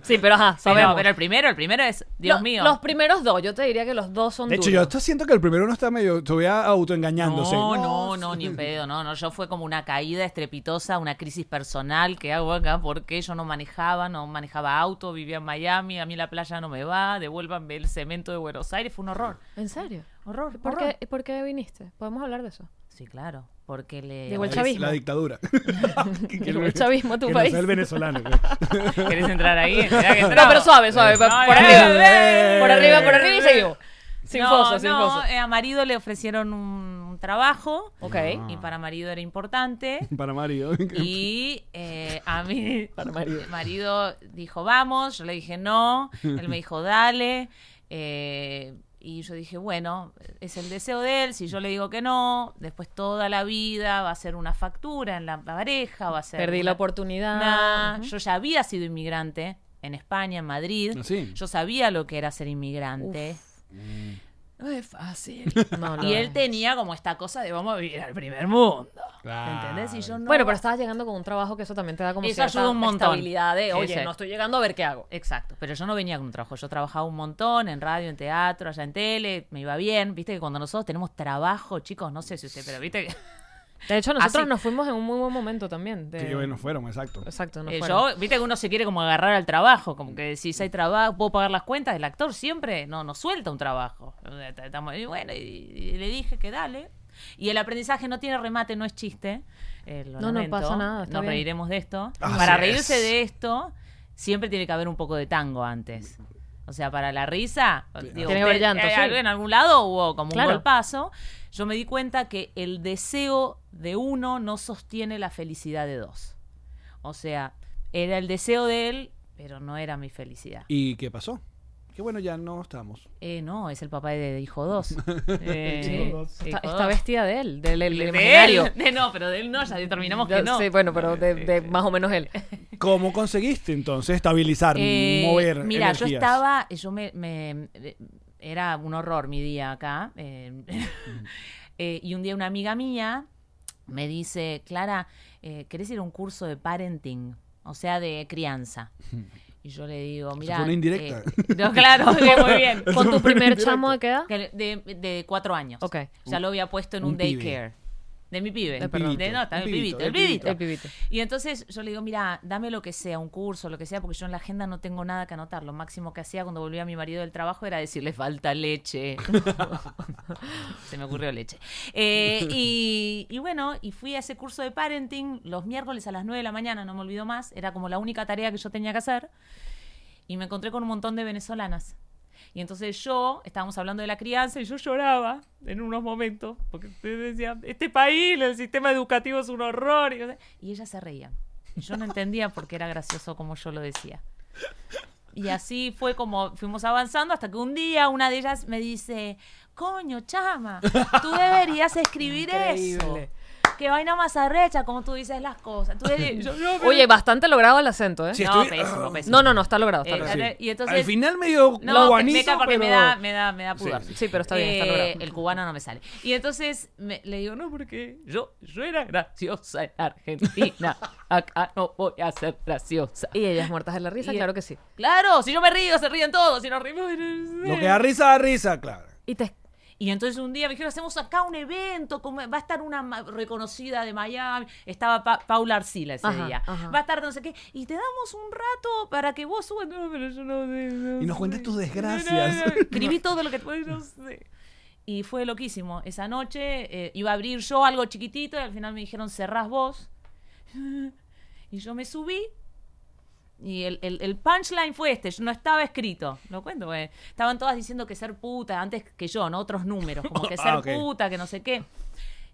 Speaker 2: sí, pero ajá,
Speaker 5: Pero,
Speaker 2: sabemos.
Speaker 5: pero el primero, el primero es, Dios
Speaker 2: Lo-
Speaker 5: mío.
Speaker 2: Los primeros dos, yo te diría que los dos son
Speaker 1: De hecho, yo
Speaker 2: duros.
Speaker 1: esto siento que el primero no está medio todavía autoengañándose.
Speaker 5: no, no, no, ni en pedo, no, no. Yo fue como una caída estrepitosa, una crisis personal que hago acá porque yo no manejaba, no manejaba auto, vivía en Miami, a mí la playa no me va, devuélvanme el cemento de Buenos Aires, fue un horror.
Speaker 2: ¿En serio?
Speaker 5: Horror,
Speaker 2: ¿Por
Speaker 5: horror.
Speaker 2: qué, y por qué viniste? ¿Podemos hablar de eso?
Speaker 5: Sí, claro, porque le...
Speaker 2: Llegó el
Speaker 1: Es
Speaker 2: chavismo.
Speaker 1: La dictadura.
Speaker 2: Llegó el chavismo a tu
Speaker 1: Que no
Speaker 2: país.
Speaker 1: sea el venezolano.
Speaker 5: ¿Querés entrar ahí? Mirá que
Speaker 2: No,
Speaker 5: entramos.
Speaker 2: pero suave, suave. pa-
Speaker 5: No,
Speaker 2: por
Speaker 5: eh,
Speaker 2: arriba.
Speaker 5: eh,
Speaker 2: Por arriba, por
Speaker 5: eh,
Speaker 2: arriba y seguimos. Sin
Speaker 5: no,
Speaker 2: foso, sin
Speaker 5: no,
Speaker 2: foso.
Speaker 5: eh, a marido le ofrecieron un, un trabajo.
Speaker 2: Ok.
Speaker 5: Y para marido era importante.
Speaker 1: Para Mario.
Speaker 5: Y eh, a mí, marido. marido dijo, vamos. Yo le dije, no. Él me dijo, dale. Eh, y yo dije, bueno, es el deseo de él. Si yo le digo que no, después toda la vida va a ser una factura en la pareja, va a ser.
Speaker 2: Perdí la
Speaker 5: una-
Speaker 2: oportunidad.
Speaker 5: Nah,
Speaker 2: Ujú.
Speaker 5: Yo ya había sido inmigrante en España, en Madrid.
Speaker 1: Ah, sí.
Speaker 5: Yo sabía lo que era ser inmigrante.
Speaker 2: No es fácil.
Speaker 5: Y él tenía como esta cosa de vamos a vivir al primer mundo.
Speaker 1: Claro.
Speaker 5: ¿Entendés? Y yo no.
Speaker 2: Bueno, pero estabas llegando con un trabajo que eso también te da como
Speaker 5: Eso
Speaker 2: cierta
Speaker 5: ayuda un montón.
Speaker 2: estabilidad de,
Speaker 5: Sí,
Speaker 2: oye,
Speaker 5: sí.
Speaker 2: no estoy llegando a ver qué hago.
Speaker 5: Exacto, pero yo no venía con un trabajo, yo trabajaba un montón en radio, en teatro, allá en tele, me iba bien, viste que cuando nosotros tenemos trabajo, chicos, no sé si usted, pero viste que
Speaker 2: De hecho, nosotros
Speaker 5: Así-
Speaker 2: nos fuimos en un muy buen momento también. de-
Speaker 1: Sí, bueno, fueron, exacto.
Speaker 2: Exacto, nos
Speaker 5: Eh,
Speaker 2: fueron.
Speaker 5: yo, viste que uno se quiere como agarrar al trabajo, como que si hay trabajo, puedo pagar las cuentas, el actor siempre no nos suelta un trabajo. Eh, estamos- Y bueno, y, y le dije que dale. Y el aprendizaje no tiene remate, no es chiste. Eh, lo
Speaker 2: No, no
Speaker 5: lamento.
Speaker 2: pasa nada, está
Speaker 5: Nos
Speaker 2: bien.
Speaker 5: reiremos de esto.
Speaker 1: Así
Speaker 5: para reírse
Speaker 1: es.
Speaker 5: de esto, siempre tiene que haber un poco de tango antes. O sea, para la risa, digo,
Speaker 2: Tiene que haber
Speaker 5: usted-
Speaker 2: llanto,
Speaker 5: eh,
Speaker 2: sí.
Speaker 5: en algún lado hubo como
Speaker 2: Claro.
Speaker 5: un golpazo. Yo me di cuenta que el deseo de uno no sostiene la felicidad de dos. O sea, era el deseo de él, pero no era mi felicidad.
Speaker 1: ¿Y qué pasó? Que bueno, ya no estamos.
Speaker 5: Eh, no, es el papá de hijo 2. Eh,
Speaker 2: Sí.
Speaker 5: hijo
Speaker 2: Está,
Speaker 5: dos.
Speaker 2: está vestida de él, del, del
Speaker 5: De
Speaker 2: imaginario.
Speaker 5: él, de no, pero de él no, ya determinamos
Speaker 2: Ya-
Speaker 5: que no.
Speaker 2: Sí, bueno, pero de, de más o menos él.
Speaker 1: ¿Cómo conseguiste entonces estabilizar,
Speaker 5: Eh,
Speaker 1: mover?
Speaker 5: Mira, yo
Speaker 1: energías?
Speaker 5: estaba, yo me, me- eh, era un horror mi día acá. eh, eh, y un día una amiga mía me dice, Clara, eh, ¿querés ir a un curso de parenting? O sea, de crianza. Y yo le digo, mira.
Speaker 1: fue una indirecta.
Speaker 5: no, claro, sí, muy bien.
Speaker 2: ¿Con tu primer chamo de qué edad?
Speaker 5: Que le- De, de cuatro años.
Speaker 2: Ok.
Speaker 5: Ya lo había puesto en
Speaker 1: Un
Speaker 5: un,
Speaker 1: pibe.
Speaker 5: daycare. De mi pibe.
Speaker 2: De perdón.
Speaker 5: De, no,
Speaker 1: El
Speaker 5: también
Speaker 1: pibito,
Speaker 5: pibito, el
Speaker 1: el
Speaker 5: pibito.
Speaker 2: El pibito.
Speaker 5: Y entonces yo le digo, mira, dame lo que sea, un curso, lo que sea, porque yo en la agenda no tengo nada que anotar. Lo máximo que hacía cuando volvía a mi marido del trabajo era decirle, falta leche. Se me ocurrió leche. Eh, y, y bueno, y fui a ese curso de parenting los miércoles a las 9 de la mañana, no me olvido más. Era como la única tarea que yo tenía que hacer y me encontré con un montón de venezolanas. Y entonces yo, estábamos hablando de la crianza y yo lloraba en unos momentos, porque te decía, este país, el sistema educativo es un horror. Y, yo sé- y ellas se reían. Y Yo no entendía por qué era gracioso como yo lo decía. Y así fue como fuimos avanzando hasta que un día una de ellas me dice, coño, chama, tú deberías escribir
Speaker 2: Increíble.
Speaker 5: eso. Que vaina más arrecha, como tú dices las cosas. Tú debes- yo- yo-
Speaker 2: Oye, bastante logrado el acento, ¿eh?
Speaker 1: Sí.
Speaker 5: no,
Speaker 1: estuvi-
Speaker 5: pésimo, pésimo.
Speaker 2: No, no, no, está logrado, está
Speaker 5: Eh,
Speaker 2: logrado.
Speaker 5: dale, Y entonces,
Speaker 1: Al final medio
Speaker 5: no,
Speaker 1: lo
Speaker 5: me
Speaker 1: guanizo,
Speaker 5: cae porque me
Speaker 1: pero-
Speaker 5: da, me da, me da pudor.
Speaker 2: Sí, pero está bien, está
Speaker 5: Eh,
Speaker 2: logrado.
Speaker 5: El cubano no me sale. Y entonces me- le digo, no, porque yo, yo era graciosa en Argentina. Acá no voy a ser graciosa.
Speaker 1: eh,
Speaker 2: Y ellas muertas de la risa,
Speaker 5: Y-
Speaker 2: claro que sí.
Speaker 5: Claro, si yo me río, se ríen todos. Si nos rimos,
Speaker 1: Lo que da risa, da risa, claro.
Speaker 2: Y te
Speaker 5: Y entonces un día me dijeron, hacemos acá un evento, como- va a estar una ma- reconocida de Miami, estaba Pa- Paula Arcila ese
Speaker 2: Ajá,
Speaker 5: día,
Speaker 2: ajá.
Speaker 5: va a estar no sé qué, y te damos un rato para que vos subas, no, pero yo no sé, no
Speaker 1: Y nos
Speaker 5: sé.
Speaker 1: cuentes tus desgracias.
Speaker 5: No, no, no. Escribí todo lo que puedes, no sé. Y fue loquísimo, esa noche eh, iba a abrir yo algo chiquitito y al final me dijeron, cerrás vos. Y yo me subí y el, el- el punchline fue este, yo no estaba escrito, lo cuento, porque estaban todas diciendo que ser puta, antes que yo, ¿no? Otros números, como que
Speaker 1: Ah,
Speaker 5: ser
Speaker 1: ok.
Speaker 5: puta, que no sé qué.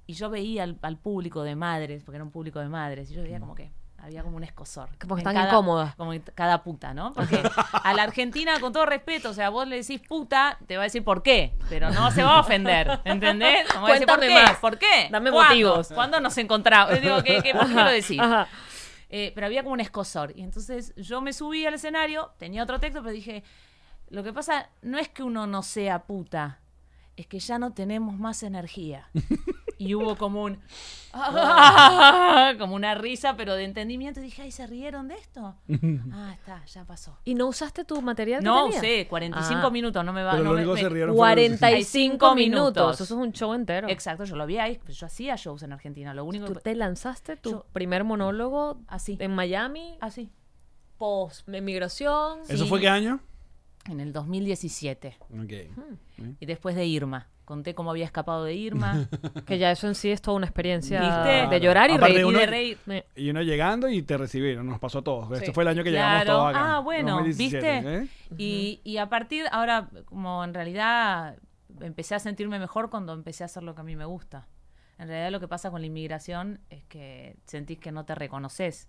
Speaker 5: Y yo veía al, al público de madres, porque era un público de madres, y yo veía como que había como un escosor.
Speaker 2: Como que
Speaker 5: en
Speaker 2: están
Speaker 5: cada-
Speaker 2: incómodas.
Speaker 5: Como en cada puta, ¿no? Porque a la Argentina, con todo respeto, o sea, vos le decís puta, te va a decir por qué, pero no se va a ofender, ¿entendés? Como va a decir,
Speaker 2: Cuéntame
Speaker 5: ¿por qué?
Speaker 2: más.
Speaker 5: ¿Por qué?
Speaker 2: Dame
Speaker 5: ¿Cuándo?
Speaker 2: motivos.
Speaker 5: ¿Cuándo nos encontramos? Yo digo, ¿qué, qué, ¿por qué lo decís?
Speaker 2: Ajá.
Speaker 5: Eh, pero había como un escosor. Y entonces yo me subí al escenario, tenía otro texto, pero dije, lo que pasa no es que uno no sea puta, es que ya no tenemos más energía. Y hubo como un... como una risa, pero de entendimiento. Y dije, ay, ¿se rieron de esto? Ah, está, ya pasó.
Speaker 2: ¿Y no usaste tu material que
Speaker 5: No,
Speaker 2: tenías?
Speaker 5: sé, 45
Speaker 2: Ah.
Speaker 5: minutos, no me va...
Speaker 1: Pero
Speaker 5: no
Speaker 1: lo
Speaker 5: me-
Speaker 1: único que
Speaker 5: me-
Speaker 1: se rieron fue los-
Speaker 2: 45 minutos.
Speaker 5: minutos.
Speaker 2: Eso es un show entero.
Speaker 5: Exacto, yo lo vi ahí, pues yo hacía shows en Argentina, lo único
Speaker 2: Tú
Speaker 5: que...
Speaker 2: te lanzaste tu
Speaker 5: Yo-
Speaker 2: primer monólogo
Speaker 5: Así.
Speaker 2: en Miami,
Speaker 5: Así.
Speaker 2: post migración.
Speaker 1: ¿Eso
Speaker 5: Sí.
Speaker 1: fue qué año?
Speaker 5: En el 2017.
Speaker 1: Ok.
Speaker 5: Y después de Irma. Conté cómo había escapado de Irma.
Speaker 2: Que ya eso en sí es toda una experiencia
Speaker 5: ¿Viste?
Speaker 2: de llorar y
Speaker 1: Aparte
Speaker 2: reír.
Speaker 1: de uno-
Speaker 5: Y de reír.
Speaker 2: Me-
Speaker 1: Y uno llegando y te recibieron, nos pasó a todos. Este
Speaker 2: Sí.
Speaker 1: fue el año que llegamos
Speaker 5: Claro.
Speaker 1: todos acá.
Speaker 5: Ah, bueno,
Speaker 1: 2017,
Speaker 5: ¿viste?
Speaker 1: ¿eh?
Speaker 5: Y, y a partir, ahora, como en realidad empecé a sentirme mejor cuando empecé a hacer lo que a mí me gusta. En realidad lo que pasa con la inmigración es que sentís que no te reconoces.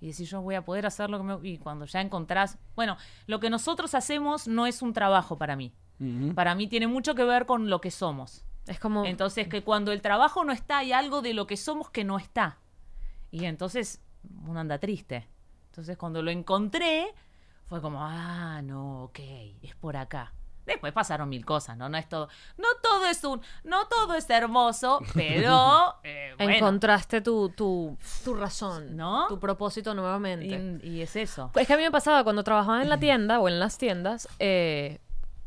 Speaker 5: Y decís, yo voy a poder hacer lo que me... Y cuando ya encontrás... Bueno, lo que nosotros hacemos no es un trabajo para mí.
Speaker 1: Ujú.
Speaker 5: Para mí tiene mucho que ver con lo que somos.
Speaker 2: Es como.
Speaker 5: Entonces, que cuando el trabajo no está, hay algo de lo que somos que no está. Y entonces uno anda triste. Entonces, cuando lo encontré, fue como, ah, no, ok, es por acá. Después pasaron mil cosas, ¿no? No es todo. No todo es un. No todo es hermoso, pero. eh, bueno.
Speaker 2: encontraste tu, tu, tu razón,
Speaker 5: ¿No?
Speaker 2: Tu propósito nuevamente.
Speaker 5: Y, y es eso.
Speaker 2: Es que a mí me pasaba cuando trabajaba en la tienda o en las tiendas, eh,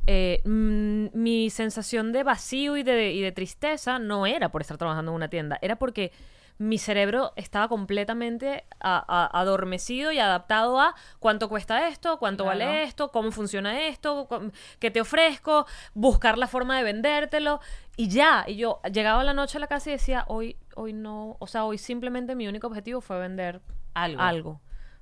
Speaker 2: eh, mm, mi sensación de vacío y de, y de tristeza no era por estar trabajando en una tienda, era porque mi cerebro estaba completamente a- a- adormecido y adaptado a cuánto cuesta esto, cuánto
Speaker 5: Claro.
Speaker 2: vale esto, cómo funciona esto, cu- qué te ofrezco, buscar la forma de vendértelo y ya. Y yo llegaba a la noche a la casa y decía, hoy, hoy no, o sea, hoy simplemente mi único objetivo fue vender
Speaker 5: Algo.
Speaker 2: algo.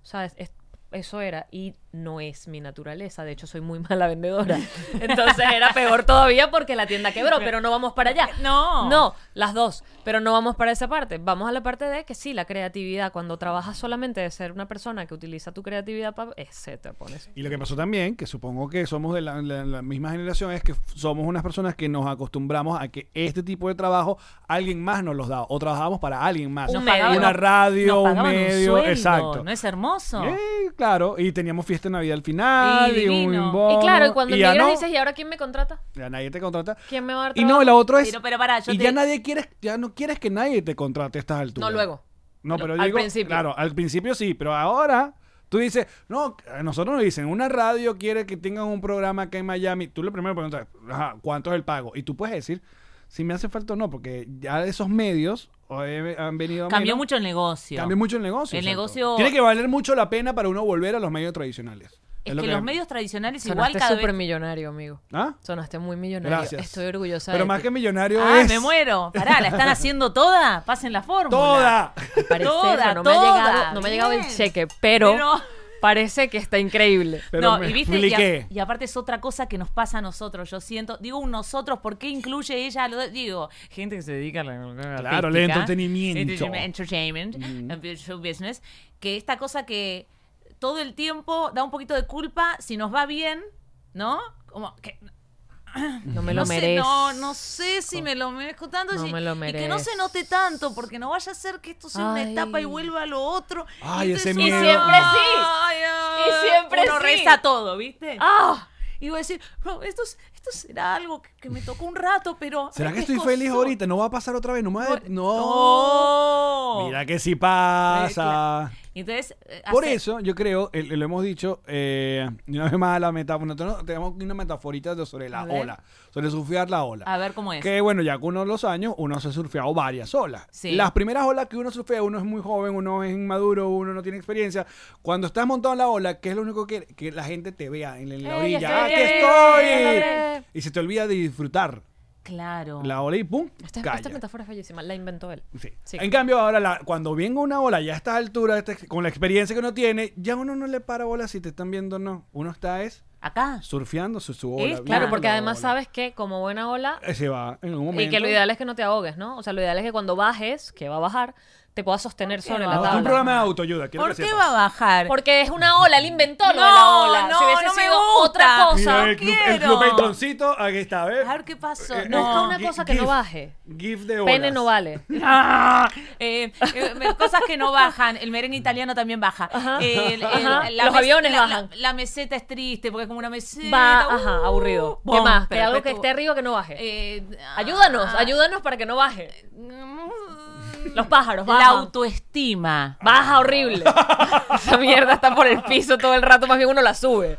Speaker 2: O sea, es- es- eso era. Y no es mi naturaleza. De hecho, soy muy mala vendedora. Entonces era peor todavía porque la tienda quebró, pero no vamos para allá.
Speaker 5: No.
Speaker 2: No, las dos. Pero no vamos para esa parte. Vamos a la parte de que sí, la creatividad. Cuando trabajas solamente de ser una persona que utiliza tu creatividad para. Se te pones.
Speaker 1: Y lo que pasó también, que supongo que somos de la, la- la misma generación, es que f- somos unas personas que nos acostumbramos a que este tipo de trabajo alguien más nos los da o trabajamos para alguien más.
Speaker 2: Un
Speaker 5: Nos
Speaker 2: medio.
Speaker 5: pagaban-
Speaker 1: Una radio,
Speaker 5: nos
Speaker 1: un
Speaker 5: pagaban
Speaker 1: medio,
Speaker 5: sueldo,
Speaker 1: exacto.
Speaker 5: ¿No es hermoso?
Speaker 1: Eh, claro, y teníamos fiesta de Navidad al final
Speaker 5: Y
Speaker 1: y,
Speaker 5: divino.
Speaker 1: un
Speaker 5: Y
Speaker 1: bono,
Speaker 2: y claro, Oh, y cuando
Speaker 1: ya
Speaker 2: emigras
Speaker 1: no,
Speaker 2: dices, ¿y ahora quién me contrata?
Speaker 1: ya nadie te contrata.
Speaker 2: ¿Quién me va a dar
Speaker 1: Y no,
Speaker 2: trabajo?
Speaker 1: y la otra es
Speaker 5: Pero, pero pará, yo
Speaker 1: y
Speaker 5: te-
Speaker 1: ya nadie quieres ya no quieres que nadie te contrate a estas alturas.
Speaker 2: No, luego.
Speaker 1: No, pero
Speaker 2: Al
Speaker 1: digo,
Speaker 2: principio.
Speaker 1: claro, al principio sí, pero ahora tú dices, no, a nosotros nos dicen, una radio quiere que tengan un programa acá en Miami. Tú lo primero preguntas, ajá, ¿cuánto es el pago? Y tú puedes decir, si me hace falta o no, porque ya esos medios o he- han venido a
Speaker 5: Cambió
Speaker 1: menos.
Speaker 5: mucho el negocio.
Speaker 1: Cambió mucho el negocio.
Speaker 5: El
Speaker 1: exacto.
Speaker 5: negocio-
Speaker 1: Tiene que valer mucho la pena para uno volver a los medios tradicionales.
Speaker 5: Es,
Speaker 1: lo
Speaker 5: que, los medios tradicionales igual
Speaker 2: Sonaste
Speaker 5: cada vez...
Speaker 2: súper millonario, amigo.
Speaker 1: ¿Ah,
Speaker 2: Sonaste muy millonario.
Speaker 1: gracias.
Speaker 2: Estoy orgullosa
Speaker 1: Pero
Speaker 2: de
Speaker 1: más
Speaker 2: ti.
Speaker 1: que millonario
Speaker 5: Ah,
Speaker 1: es...
Speaker 5: me muero. Pará, ¿la están haciendo toda? Pasen la fórmula.
Speaker 1: ¡Toda!
Speaker 2: Al parecer,
Speaker 5: Toda,
Speaker 2: no, me ha
Speaker 5: toda.
Speaker 2: llegado, no me ha llegado el
Speaker 5: Bien.
Speaker 2: cheque, pero,
Speaker 5: Pero-
Speaker 2: parece que está increíble.
Speaker 1: Pero
Speaker 5: no,
Speaker 1: me
Speaker 5: y viste, y, a-
Speaker 1: expliqué.
Speaker 5: y aparte es otra cosa que nos pasa a nosotros, yo siento. Digo un nosotros, ¿por qué incluye ella? a los- digo, gente que se dedica a la
Speaker 1: Claro, al entretenimiento.
Speaker 5: Entertainment, and show business, que esta cosa que todo el tiempo da un poquito de culpa si nos va bien, ¿no? Como que
Speaker 2: No me
Speaker 5: no
Speaker 2: lo
Speaker 5: sé,
Speaker 2: merezco.
Speaker 5: no, no sé si me lo merezco tanto
Speaker 2: No
Speaker 5: si-
Speaker 2: me lo
Speaker 5: y que no se
Speaker 2: merezco.
Speaker 5: note tanto, porque no vaya a ser que esto sea una
Speaker 2: Ay.
Speaker 5: etapa y vuelva a lo otro.
Speaker 1: Ay,
Speaker 5: esto
Speaker 1: ese
Speaker 5: es
Speaker 1: miedo.
Speaker 5: una-
Speaker 1: Y siempre
Speaker 2: sí.
Speaker 5: Ay, ay,
Speaker 2: Y siempre
Speaker 5: uno
Speaker 2: sí.
Speaker 5: reza todo, ¿viste?
Speaker 2: ¡Ah!
Speaker 5: Y voy a decir, "No, esto, es- esto será algo que, que me tocó un rato, pero...
Speaker 1: ¿Será
Speaker 5: ay,
Speaker 1: que
Speaker 5: me
Speaker 1: estoy feliz
Speaker 5: costó".
Speaker 1: ahorita? ¿No va a pasar otra vez? No. me va a- no.
Speaker 5: No.
Speaker 1: Mira que sí pasa.
Speaker 5: Y Entonces, eh,
Speaker 1: Por
Speaker 5: hace-
Speaker 1: eso, yo creo, eh, lo hemos dicho, eh, y una vez más la metáfora, nosotros tenemos una metaforita de- sobre la
Speaker 5: A ver.
Speaker 1: ola, sobre surfear la ola.
Speaker 5: A ver cómo es.
Speaker 1: Que bueno, ya con uno de los años, uno se ha surfeado varias olas.
Speaker 5: Sí.
Speaker 1: Las primeras olas que uno surfea, uno es muy joven, uno es inmaduro, uno no tiene experiencia. Cuando estás montado en la ola, que es lo único que, que la gente te vea en, la- en la
Speaker 2: ¡Ey,
Speaker 1: orilla. "Ah,
Speaker 2: estoy
Speaker 1: ¡Aquí
Speaker 2: bien! ¡Ya
Speaker 1: estoy!
Speaker 2: logré!
Speaker 1: Y se te olvida de disfrutar
Speaker 5: Claro.
Speaker 1: la ola y pum,
Speaker 2: Esta,
Speaker 1: calla.
Speaker 2: esta metáfora es bellísima, la inventó él.
Speaker 1: Sí.
Speaker 2: Sí.
Speaker 1: En cambio, ahora la- cuando venga una ola ya a esta altura, esta ex- con la experiencia que uno tiene, ya uno no le para bola si te están viendo o no. Uno está es
Speaker 5: Acá.
Speaker 1: surfeando su, su ola.
Speaker 5: Es
Speaker 1: viendo
Speaker 2: Claro,
Speaker 5: Claro,
Speaker 2: porque
Speaker 1: la
Speaker 2: además
Speaker 1: ola.
Speaker 2: sabes que como buena ola,
Speaker 1: Eh, Se va en un momento.
Speaker 2: y que lo ideal es que no te ahogues, ¿no? O sea, lo ideal es que cuando bajes, que va a bajar, te puedas sostener sobre
Speaker 1: Ah,
Speaker 2: la
Speaker 5: va
Speaker 1: es un
Speaker 2: tabla.
Speaker 1: programa de autoayuda. quiero
Speaker 5: ¿Por
Speaker 1: que
Speaker 5: qué
Speaker 1: sepas.
Speaker 5: va a bajar?
Speaker 2: Porque es una ola, él inventó lo de la
Speaker 5: No,
Speaker 2: ola.
Speaker 5: no,
Speaker 2: si hubiese
Speaker 5: no me
Speaker 2: sido
Speaker 5: gusta.
Speaker 2: otra cosa,
Speaker 1: Mira, el, club, el club
Speaker 5: quiero.
Speaker 1: Peitoncito, aquí está, ¿ves?
Speaker 5: A ver qué pasó.
Speaker 1: Eh,
Speaker 2: busca
Speaker 5: No.
Speaker 2: una
Speaker 1: gi-
Speaker 2: cosa que
Speaker 1: gif.
Speaker 2: no baje.
Speaker 1: GIF de olas.
Speaker 2: Pene no vale.
Speaker 5: Ah, eh, eh, cosas que no bajan. El merengue italiano también baja.
Speaker 2: Mm. Ajá.
Speaker 5: El- el-
Speaker 2: Ajá.
Speaker 5: la
Speaker 2: Los
Speaker 5: mes-
Speaker 2: aviones
Speaker 5: la-
Speaker 2: bajan.
Speaker 5: La, la meseta es triste porque es como una meseta.
Speaker 2: Va,
Speaker 5: uh,
Speaker 2: ajá, aburrido. ¿Qué
Speaker 5: bom,
Speaker 2: más? Que algo que
Speaker 5: perpetuo.
Speaker 2: esté arriba que no baje.
Speaker 5: Eh,
Speaker 2: ayúdanos,
Speaker 5: ah,
Speaker 2: ayúdanos para que no baje.
Speaker 5: mm,
Speaker 2: Los pájaros
Speaker 5: La
Speaker 2: bajan.
Speaker 5: autoestima.
Speaker 2: Baja horrible. Esa mierda está por el piso todo el rato, más bien uno la sube.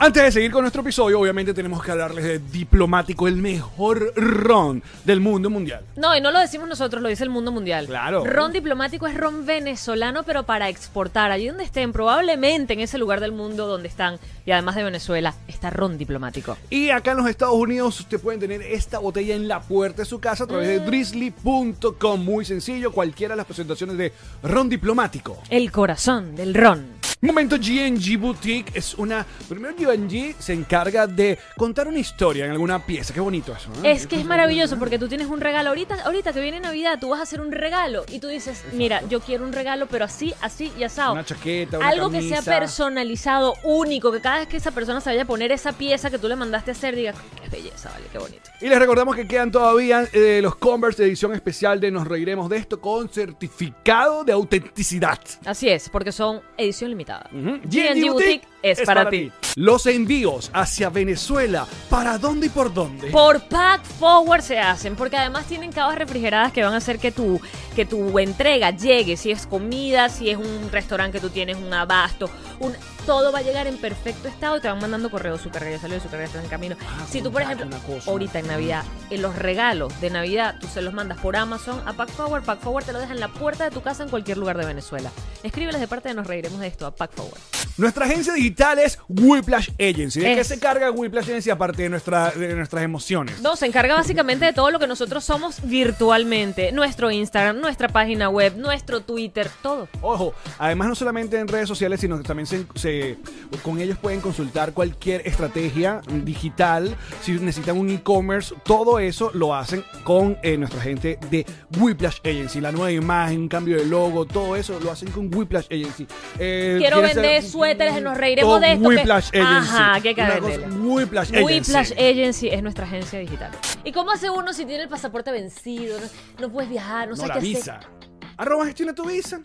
Speaker 1: Antes de seguir con nuestro episodio, obviamente tenemos que hablarles de Diplomático, el mejor ron del mundo mundial.
Speaker 2: No, y no lo decimos nosotros, lo dice el mundo mundial.
Speaker 1: Claro.
Speaker 2: Ron diplomático es ron venezolano, pero para exportar. Allí donde estén, probablemente en ese lugar del mundo donde están, y además de Venezuela, está ron diplomático.
Speaker 1: Y acá en los Estados Unidos usted pueden tener esta botella en la puerta de su casa a través
Speaker 2: Mm.
Speaker 1: de drizzly.com. Muy sencillo, cualquiera de las presentaciones de Ron Diplomático.
Speaker 2: El corazón del ron.
Speaker 1: Momento GNG Boutique es una... Primero GNG se encarga de contar una historia en alguna pieza. Qué bonito eso. ¿eh?
Speaker 2: Es que es maravilloso porque tú tienes un regalo. Ahorita, ahorita que viene Navidad, tú vas a hacer un regalo y tú dices, mira, yo quiero un regalo, pero así, así y asado.
Speaker 1: Una chaqueta, una
Speaker 2: Algo que
Speaker 1: camisa.
Speaker 2: sea personalizado, único, que cada vez que esa persona se vaya a poner esa pieza que tú le mandaste a hacer, diga, qué belleza, vale, qué bonito.
Speaker 1: Y les recordamos que quedan todavía eh, los Converse de edición especial de Nos Reiremos de esto con certificado de autenticidad.
Speaker 2: Así es, porque son edición limitada.
Speaker 1: Ujú.
Speaker 2: G&G Boutique es para ti.
Speaker 1: Los envíos hacia Venezuela, ¿para dónde y por dónde?
Speaker 2: Por pack forward se hacen, porque además tienen cabas refrigeradas que van a hacer que tu, que tu entrega llegue, si es comida, si es un restaurante que tú tienes, un abasto, un, todo va a llegar en perfecto estado y te van mandando correos, su carrera ya salió, su carrera está en camino. si tú, por
Speaker 1: contacto,
Speaker 2: ejemplo,
Speaker 1: Ah, una cosa,
Speaker 2: ahorita en Navidad, en los regalos de Navidad, tú se los mandas por Amazon a pack forward, pack forward te lo deja en la puerta de tu casa en cualquier lugar de Venezuela. Escríbeles de parte de Nos Reiremos de esto a pack forward.
Speaker 1: Nuestra agencia digital es Whiplash Agency. ¿De qué
Speaker 2: Es.
Speaker 1: se carga Whiplash Agency aparte de, nuestra, de nuestras emociones?
Speaker 2: No, se encarga básicamente de todo lo que nosotros somos virtualmente. Nuestro Instagram, nuestra página web, nuestro Twitter, todo.
Speaker 1: Ojo, además no solamente en redes sociales, sino que también se, se- con ellos pueden consultar cualquier estrategia digital. Si necesitan un e-commerce, todo eso lo hacen con eh, nuestra gente de Whiplash Agency. La nueva imagen, cambio de logo, todo eso lo hacen con Whiplash Agency. Eh,
Speaker 2: Quiero
Speaker 1: ¿quieres
Speaker 2: vender
Speaker 1: hacer-
Speaker 2: suéteres, nos reiremos
Speaker 1: Todo
Speaker 2: de esto, que-
Speaker 1: Whiplash Agency.
Speaker 2: Ajá, que hay que
Speaker 1: Una
Speaker 2: venderla.
Speaker 1: cosa, Whiplash Agency.
Speaker 2: Whiplash Agency es nuestra agencia digital. ¿Y cómo hace uno si tiene el pasaporte vencido? No, no puedes viajar, no,
Speaker 1: No,
Speaker 2: sabes
Speaker 1: la
Speaker 2: qué
Speaker 1: visa.
Speaker 2: hacer.
Speaker 1: Arroba gestiona tu visa.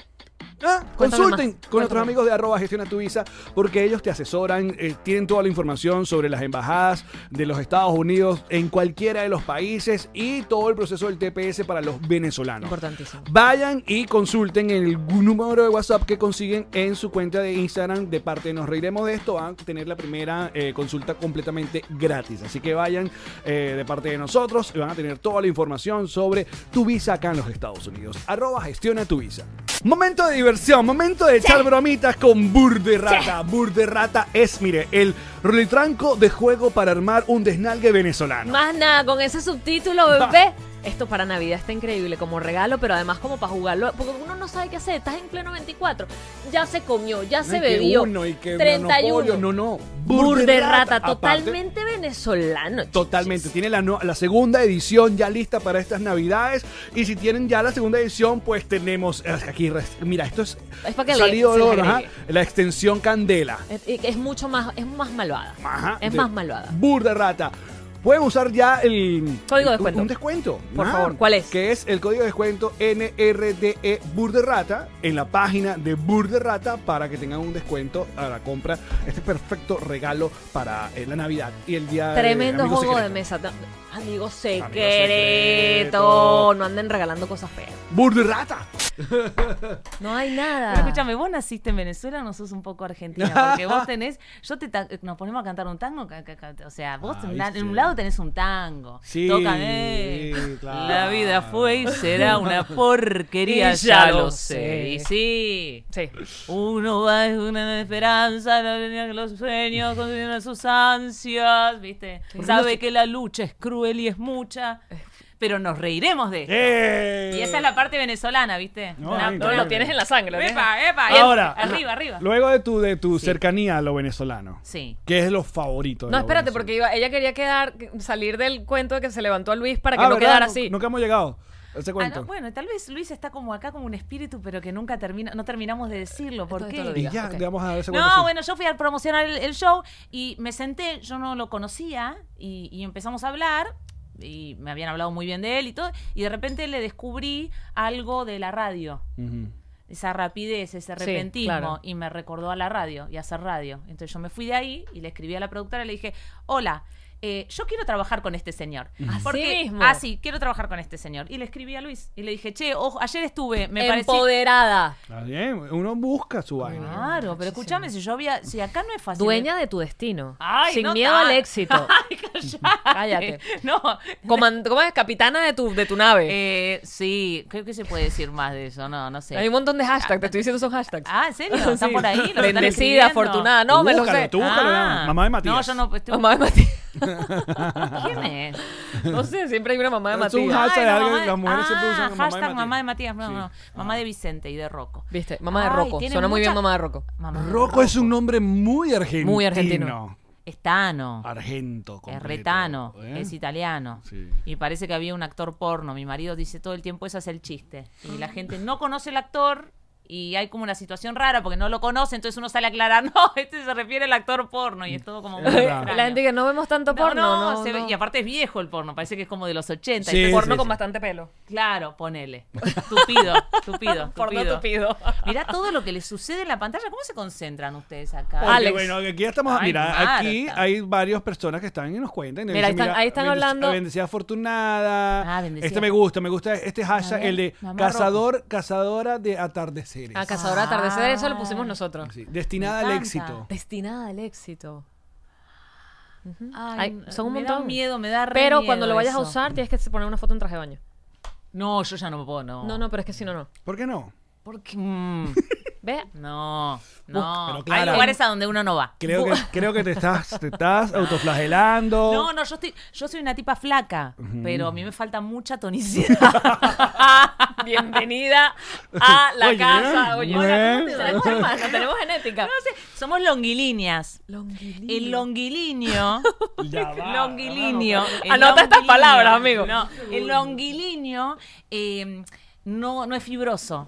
Speaker 1: Ah,
Speaker 2: Cuéntame
Speaker 1: consulten
Speaker 2: más,
Speaker 1: con nuestros
Speaker 2: cuéntame.
Speaker 1: amigos de arroba gestiona tu visa porque ellos te asesoran, eh, tienen toda la información sobre las embajadas de los Estados Unidos en cualquiera de los países y todo el proceso del TPS para los venezolanos.
Speaker 2: Importantísimo.
Speaker 1: Vayan y consulten el número de WhatsApp que consiguen en su cuenta de Instagram de parte de Nos Reiremos de Esto. Van a tener la primera eh, consulta completamente gratis. Así que vayan eh, de parte de nosotros y van a tener toda la información sobre tu visa acá en los Estados Unidos. Arroba gestiona tu visa. Momento de diversión, momento de echar bromitas con Burde Rata. Burde Rata es, mire, el retranco de juego para armar un desnalgue venezolano.
Speaker 2: Más nada, con ese subtítulo, bebé. Esto para Navidad está increíble como regalo, pero además como para jugarlo. Porque uno no sabe qué hacer. Estás en pleno 24. Ya se comió, ya
Speaker 1: No,
Speaker 2: se
Speaker 1: y que
Speaker 2: bebió.
Speaker 1: uno, y que monopolio,
Speaker 2: 31.
Speaker 1: No, no.
Speaker 2: Bur de rata,
Speaker 1: Aparte,
Speaker 2: totalmente venezolano. chichis.
Speaker 1: Totalmente. Tiene la, no- la segunda edición ya lista para estas navidades. Y si tienen ya la segunda edición, pues tenemos eh, aquí. res- Mira, esto es,
Speaker 2: Es para que le-
Speaker 1: salido
Speaker 2: se
Speaker 1: de
Speaker 2: le
Speaker 1: oro, ajá.
Speaker 2: agregue.
Speaker 1: La extensión Candela.
Speaker 2: Es, y- es mucho más, es más malvada.
Speaker 1: Ajá,
Speaker 2: es
Speaker 1: de
Speaker 2: más malvada.
Speaker 1: Bur de rata. Pueden usar ya el
Speaker 2: Código de
Speaker 1: un-
Speaker 2: descuento.
Speaker 1: Un descuento. Ah,
Speaker 2: Por favor, ¿cuál es?
Speaker 1: Que es el código de descuento NRDE Bur de E Rata en la página de Bur de Rata para que tengan un descuento a la compra. Este perfecto regalo para eh, la Navidad y el día de-
Speaker 2: Tremendo
Speaker 1: Amigo
Speaker 2: juego de
Speaker 1: Secreto.
Speaker 2: mesa. Amigo secreto.
Speaker 1: secreto.
Speaker 2: No anden regalando cosas feas.
Speaker 1: Bur de Rata.
Speaker 2: No hay nada.
Speaker 5: Pero escúchame, vos naciste en Venezuela, no sos un poco argentina, porque vos tenés, yo te ta- nos ponemos a cantar un tango, ca- ca- ca- o sea, vos
Speaker 1: Ah,
Speaker 5: en, la- en
Speaker 1: ¿viste?
Speaker 5: un lado tenés un tango,
Speaker 1: Sí,
Speaker 5: tócame,
Speaker 1: claro.
Speaker 5: la vida fue y será una porquería,
Speaker 2: Y
Speaker 5: ya, lo sé, y sí.
Speaker 2: Sí.
Speaker 5: Uno va es una esperanza, la avenida de los sueños consumen sus ansias, ¿viste? Sabe que la lucha es cruel y es mucha, pero nos reiremos de esto.
Speaker 1: ¡Eh!
Speaker 5: Y esa es la parte venezolana, ¿viste?
Speaker 1: No,
Speaker 5: Una-
Speaker 1: ahí,
Speaker 5: una-
Speaker 1: claro.
Speaker 2: Lo tienes en la sangre. lo tienes-
Speaker 5: Epa, epa,
Speaker 1: Ahora,
Speaker 5: el- arriba, arriba.
Speaker 1: Luego de tu, de tu cercanía a lo venezolano,
Speaker 5: Sí.
Speaker 1: ¿qué es lo favorito? de
Speaker 2: No,
Speaker 1: lo
Speaker 2: espérate,
Speaker 1: venezolano?
Speaker 2: porque iba- ella quería quedar, salir del cuento de que se levantó a Luis para que
Speaker 1: Ah,
Speaker 2: no
Speaker 1: ¿verdad?
Speaker 2: quedara así.
Speaker 1: Nunca hemos llegado a ese
Speaker 5: Ah,
Speaker 1: cuento.
Speaker 5: no, bueno, tal vez Luis está como acá como un espíritu, pero que nunca termina, no terminamos de decirlo. ¿Por
Speaker 2: Entonces, todo lo
Speaker 5: qué?
Speaker 1: y
Speaker 2: digas,
Speaker 1: ya,
Speaker 2: ok.
Speaker 1: le vamos a dar ese cuento.
Speaker 5: No,
Speaker 1: sí.
Speaker 5: bueno, yo fui a promocionar el, el show y me senté, yo no lo conocía y, y empezamos a hablar y me habían hablado muy bien de él y todo y de repente le descubrí algo de la radio,
Speaker 1: Ujú.
Speaker 5: esa rapidez, ese
Speaker 2: Sí,
Speaker 5: repentismo
Speaker 2: claro.
Speaker 5: y me recordó a la radio y a hacer radio. Entonces yo me fui de ahí y le escribí a la productora y le dije, hola. eh, yo quiero trabajar con este señor.
Speaker 2: Así
Speaker 5: Porque-
Speaker 2: mismo.
Speaker 5: Ah, sí, quiero trabajar con este señor. Y le escribí a Luis y le dije, che, ojo, ayer estuve, me pareció...
Speaker 2: Empoderada.
Speaker 1: Está bien, uno busca su vaina.
Speaker 5: Claro, pero escúchame, si yo había, si acá no es fácil.
Speaker 2: Dueña de tu destino.
Speaker 5: Ay,
Speaker 2: Sin
Speaker 5: no
Speaker 2: miedo
Speaker 5: tan-
Speaker 2: al éxito.
Speaker 5: Ay, cállate.
Speaker 2: Cállate.
Speaker 5: No.
Speaker 2: Coman- ¿Cómo es? Capitana de tu, de tu nave.
Speaker 5: Eh, sí, creo que se puede decir más de eso, no, no sé.
Speaker 2: Hay un montón de hashtags. Te estoy diciendo son hashtags.
Speaker 5: Ah, ¿en serio? ¿Están
Speaker 2: Sí.
Speaker 5: por ahí? ¿Los están
Speaker 2: Bendecida,
Speaker 5: escribiendo?
Speaker 2: afortunada. No,
Speaker 1: Tú
Speaker 2: me lo
Speaker 1: búscalo,
Speaker 2: sé.
Speaker 1: tú. búscalo,
Speaker 5: Ah.
Speaker 1: mamá de Matías.
Speaker 5: No, yo no, pues, tú-
Speaker 2: Mamá de Matías.
Speaker 5: ¿Quién es?
Speaker 2: No sé, siempre hay una mamá de
Speaker 1: Es un
Speaker 2: Matías.
Speaker 1: hack. Hashtag
Speaker 5: Ay, la
Speaker 1: alguien-
Speaker 5: mamá de-
Speaker 1: las mujeres siempre
Speaker 5: Ah,
Speaker 1: usan mamá de
Speaker 5: hashtag mamá de Matías. No,
Speaker 1: Sí.
Speaker 5: no, mamá de Vicente y de Rocco.
Speaker 2: Viste, mamá de
Speaker 5: Ay,
Speaker 2: Rocco.
Speaker 5: tiene
Speaker 2: Suena muy bien
Speaker 5: mucha-
Speaker 2: mamá de Rocco.
Speaker 5: Mamá de
Speaker 1: Rocco es un nombre muy argentino.
Speaker 2: Muy argentino.
Speaker 5: Estano.
Speaker 1: Argento.
Speaker 5: Es
Speaker 1: Ah, completo,
Speaker 5: retano,
Speaker 1: ¿eh?
Speaker 5: es italiano.
Speaker 1: Sí.
Speaker 5: Y parece que había un actor porno. Mi marido dice todo el tiempo, ese es el chiste. Y
Speaker 1: Ah.
Speaker 5: la gente no conoce el actor y hay como una situación rara porque no lo conoce, entonces uno sale a aclarar, no, este se refiere al actor porno y es todo como muy
Speaker 1: Es verdad.
Speaker 5: extraño.
Speaker 2: La gente que no vemos tanto
Speaker 5: No,
Speaker 2: porno.
Speaker 5: no,
Speaker 2: No,
Speaker 5: se ve-
Speaker 2: no.
Speaker 5: y aparte es viejo el porno, parece que es como de los este 80.
Speaker 1: Sí,
Speaker 5: entonces-
Speaker 1: sí, sí.
Speaker 2: bastante pelo.
Speaker 5: Claro, ponele. Tupido, tupido,
Speaker 2: Porno
Speaker 5: tupido.
Speaker 2: tupido.
Speaker 5: Mirá todo lo que le sucede en la pantalla. ¿Cómo se concentran ustedes acá?
Speaker 1: Porque,
Speaker 2: Alex.
Speaker 1: Bueno, aquí ya estamos.
Speaker 5: Ay,
Speaker 1: mira,
Speaker 5: Marta.
Speaker 1: aquí hay varias personas que están y nos cuentan. y nos
Speaker 2: Mira, ahí
Speaker 1: dicen,
Speaker 2: están- ahí están
Speaker 1: bendici-
Speaker 2: hablando.
Speaker 1: Bendecida afortunada.
Speaker 5: Ah, bendecida.
Speaker 1: Este me gusta, me gusta este hashtag,
Speaker 5: ver,
Speaker 1: el de
Speaker 5: mamá
Speaker 1: cazador, cazadora de atardeceres.
Speaker 2: A Cazadora de Atardecer, eso lo pusimos nosotros.
Speaker 1: Sí, Destinada al
Speaker 5: encanta.
Speaker 1: éxito.
Speaker 2: Ah. Destinada al éxito.
Speaker 5: Ay,
Speaker 2: Ay, son un
Speaker 5: me
Speaker 2: montón.
Speaker 5: da miedo, me da re
Speaker 2: Pero
Speaker 5: miedo
Speaker 2: cuando lo vayas a
Speaker 5: eso.
Speaker 2: usar, tienes que poner una foto en traje de baño.
Speaker 5: No, yo ya no me puedo, no.
Speaker 2: No, no, pero es que si no, no.
Speaker 1: ¿Por qué no?
Speaker 5: Porque. mm,
Speaker 2: Ve,
Speaker 5: no,
Speaker 1: Pero
Speaker 5: no. Hay
Speaker 1: Clara-
Speaker 5: lugares a donde uno no va.
Speaker 1: Creo que, creo que te estás, te estás autoflagelando.
Speaker 5: No, no, yo, estoy, yo soy una tipa flaca, pero a mí me falta mucha tonicidad.
Speaker 2: bienvenida a la
Speaker 1: Oye,
Speaker 2: casa. Oye,
Speaker 1: muy
Speaker 2: hola,
Speaker 1: bien.
Speaker 2: ¿cómo te va? ¿Cómo estás? No tenemos genética.
Speaker 5: No sé, somos longilíneas. El longuilíneo.
Speaker 1: Ya va,
Speaker 5: longuilíneo. el
Speaker 2: Anota estas
Speaker 5: longuilíneo,
Speaker 2: palabras, amigo.
Speaker 5: em, No, el longuilíneo eh, no, no es fibroso.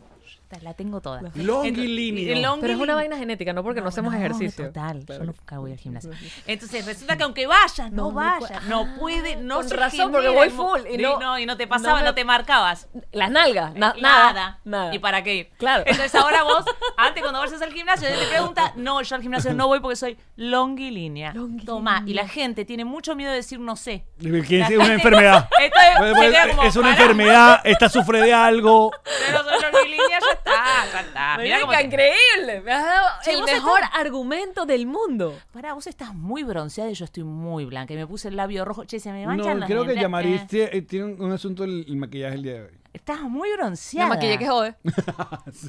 Speaker 5: Esta la tengo toda.
Speaker 1: Longilíneo.
Speaker 5: Entonces,
Speaker 2: Pero es una
Speaker 5: longilíneo.
Speaker 2: vaina genética, no porque no, hacemos
Speaker 5: no,
Speaker 2: ejercicio.
Speaker 5: Total, yo nunca voy al gimnasio. Entonces resulta que aunque vayas, no, vayas, no puede, no
Speaker 2: Con
Speaker 5: se
Speaker 2: razón, porque
Speaker 5: genera
Speaker 2: voy
Speaker 5: el mo-
Speaker 2: full y
Speaker 5: Sí,
Speaker 2: no-
Speaker 5: y no te
Speaker 2: no
Speaker 5: pasaba, no,
Speaker 2: me-
Speaker 5: te marcabas.
Speaker 2: Las nalgas, na-
Speaker 5: nada,
Speaker 2: Eh, nada, nada.
Speaker 5: ¿Y para qué?
Speaker 2: Claro.
Speaker 5: Entonces ahora vos, antes cuando vayas al gimnasio, él te pregunta, no, yo al gimnasio no voy porque soy longilínea. Toma, y la gente tiene mucho miedo de decir no sé.
Speaker 1: Es
Speaker 5: La
Speaker 1: una
Speaker 5: gente-
Speaker 1: enfermedad.
Speaker 5: Esto es-
Speaker 1: Pues,
Speaker 5: se
Speaker 1: pues,
Speaker 5: queda como,
Speaker 1: es una
Speaker 5: "Pará".
Speaker 1: enfermedad, esta sufre de algo.
Speaker 5: Pero soy longilínea, ya está, ya
Speaker 2: Ah,
Speaker 5: está. Mira cómo te-
Speaker 2: increíble. Me has dado
Speaker 5: Sí,
Speaker 2: el
Speaker 5: vos estás-
Speaker 2: mejor argumento del mundo.
Speaker 5: Pará, vos estás muy bronceada y yo estoy muy blanca. Y me puse el labio rojo. Che, se me manchan
Speaker 1: No,
Speaker 5: las
Speaker 1: creo que
Speaker 5: nalgas.
Speaker 1: Yamaris tie- eh, tiene un, un asunto el, el maquillaje el día de hoy.
Speaker 5: Estás muy
Speaker 2: Me
Speaker 5: bronceada.
Speaker 2: maquillé que jode.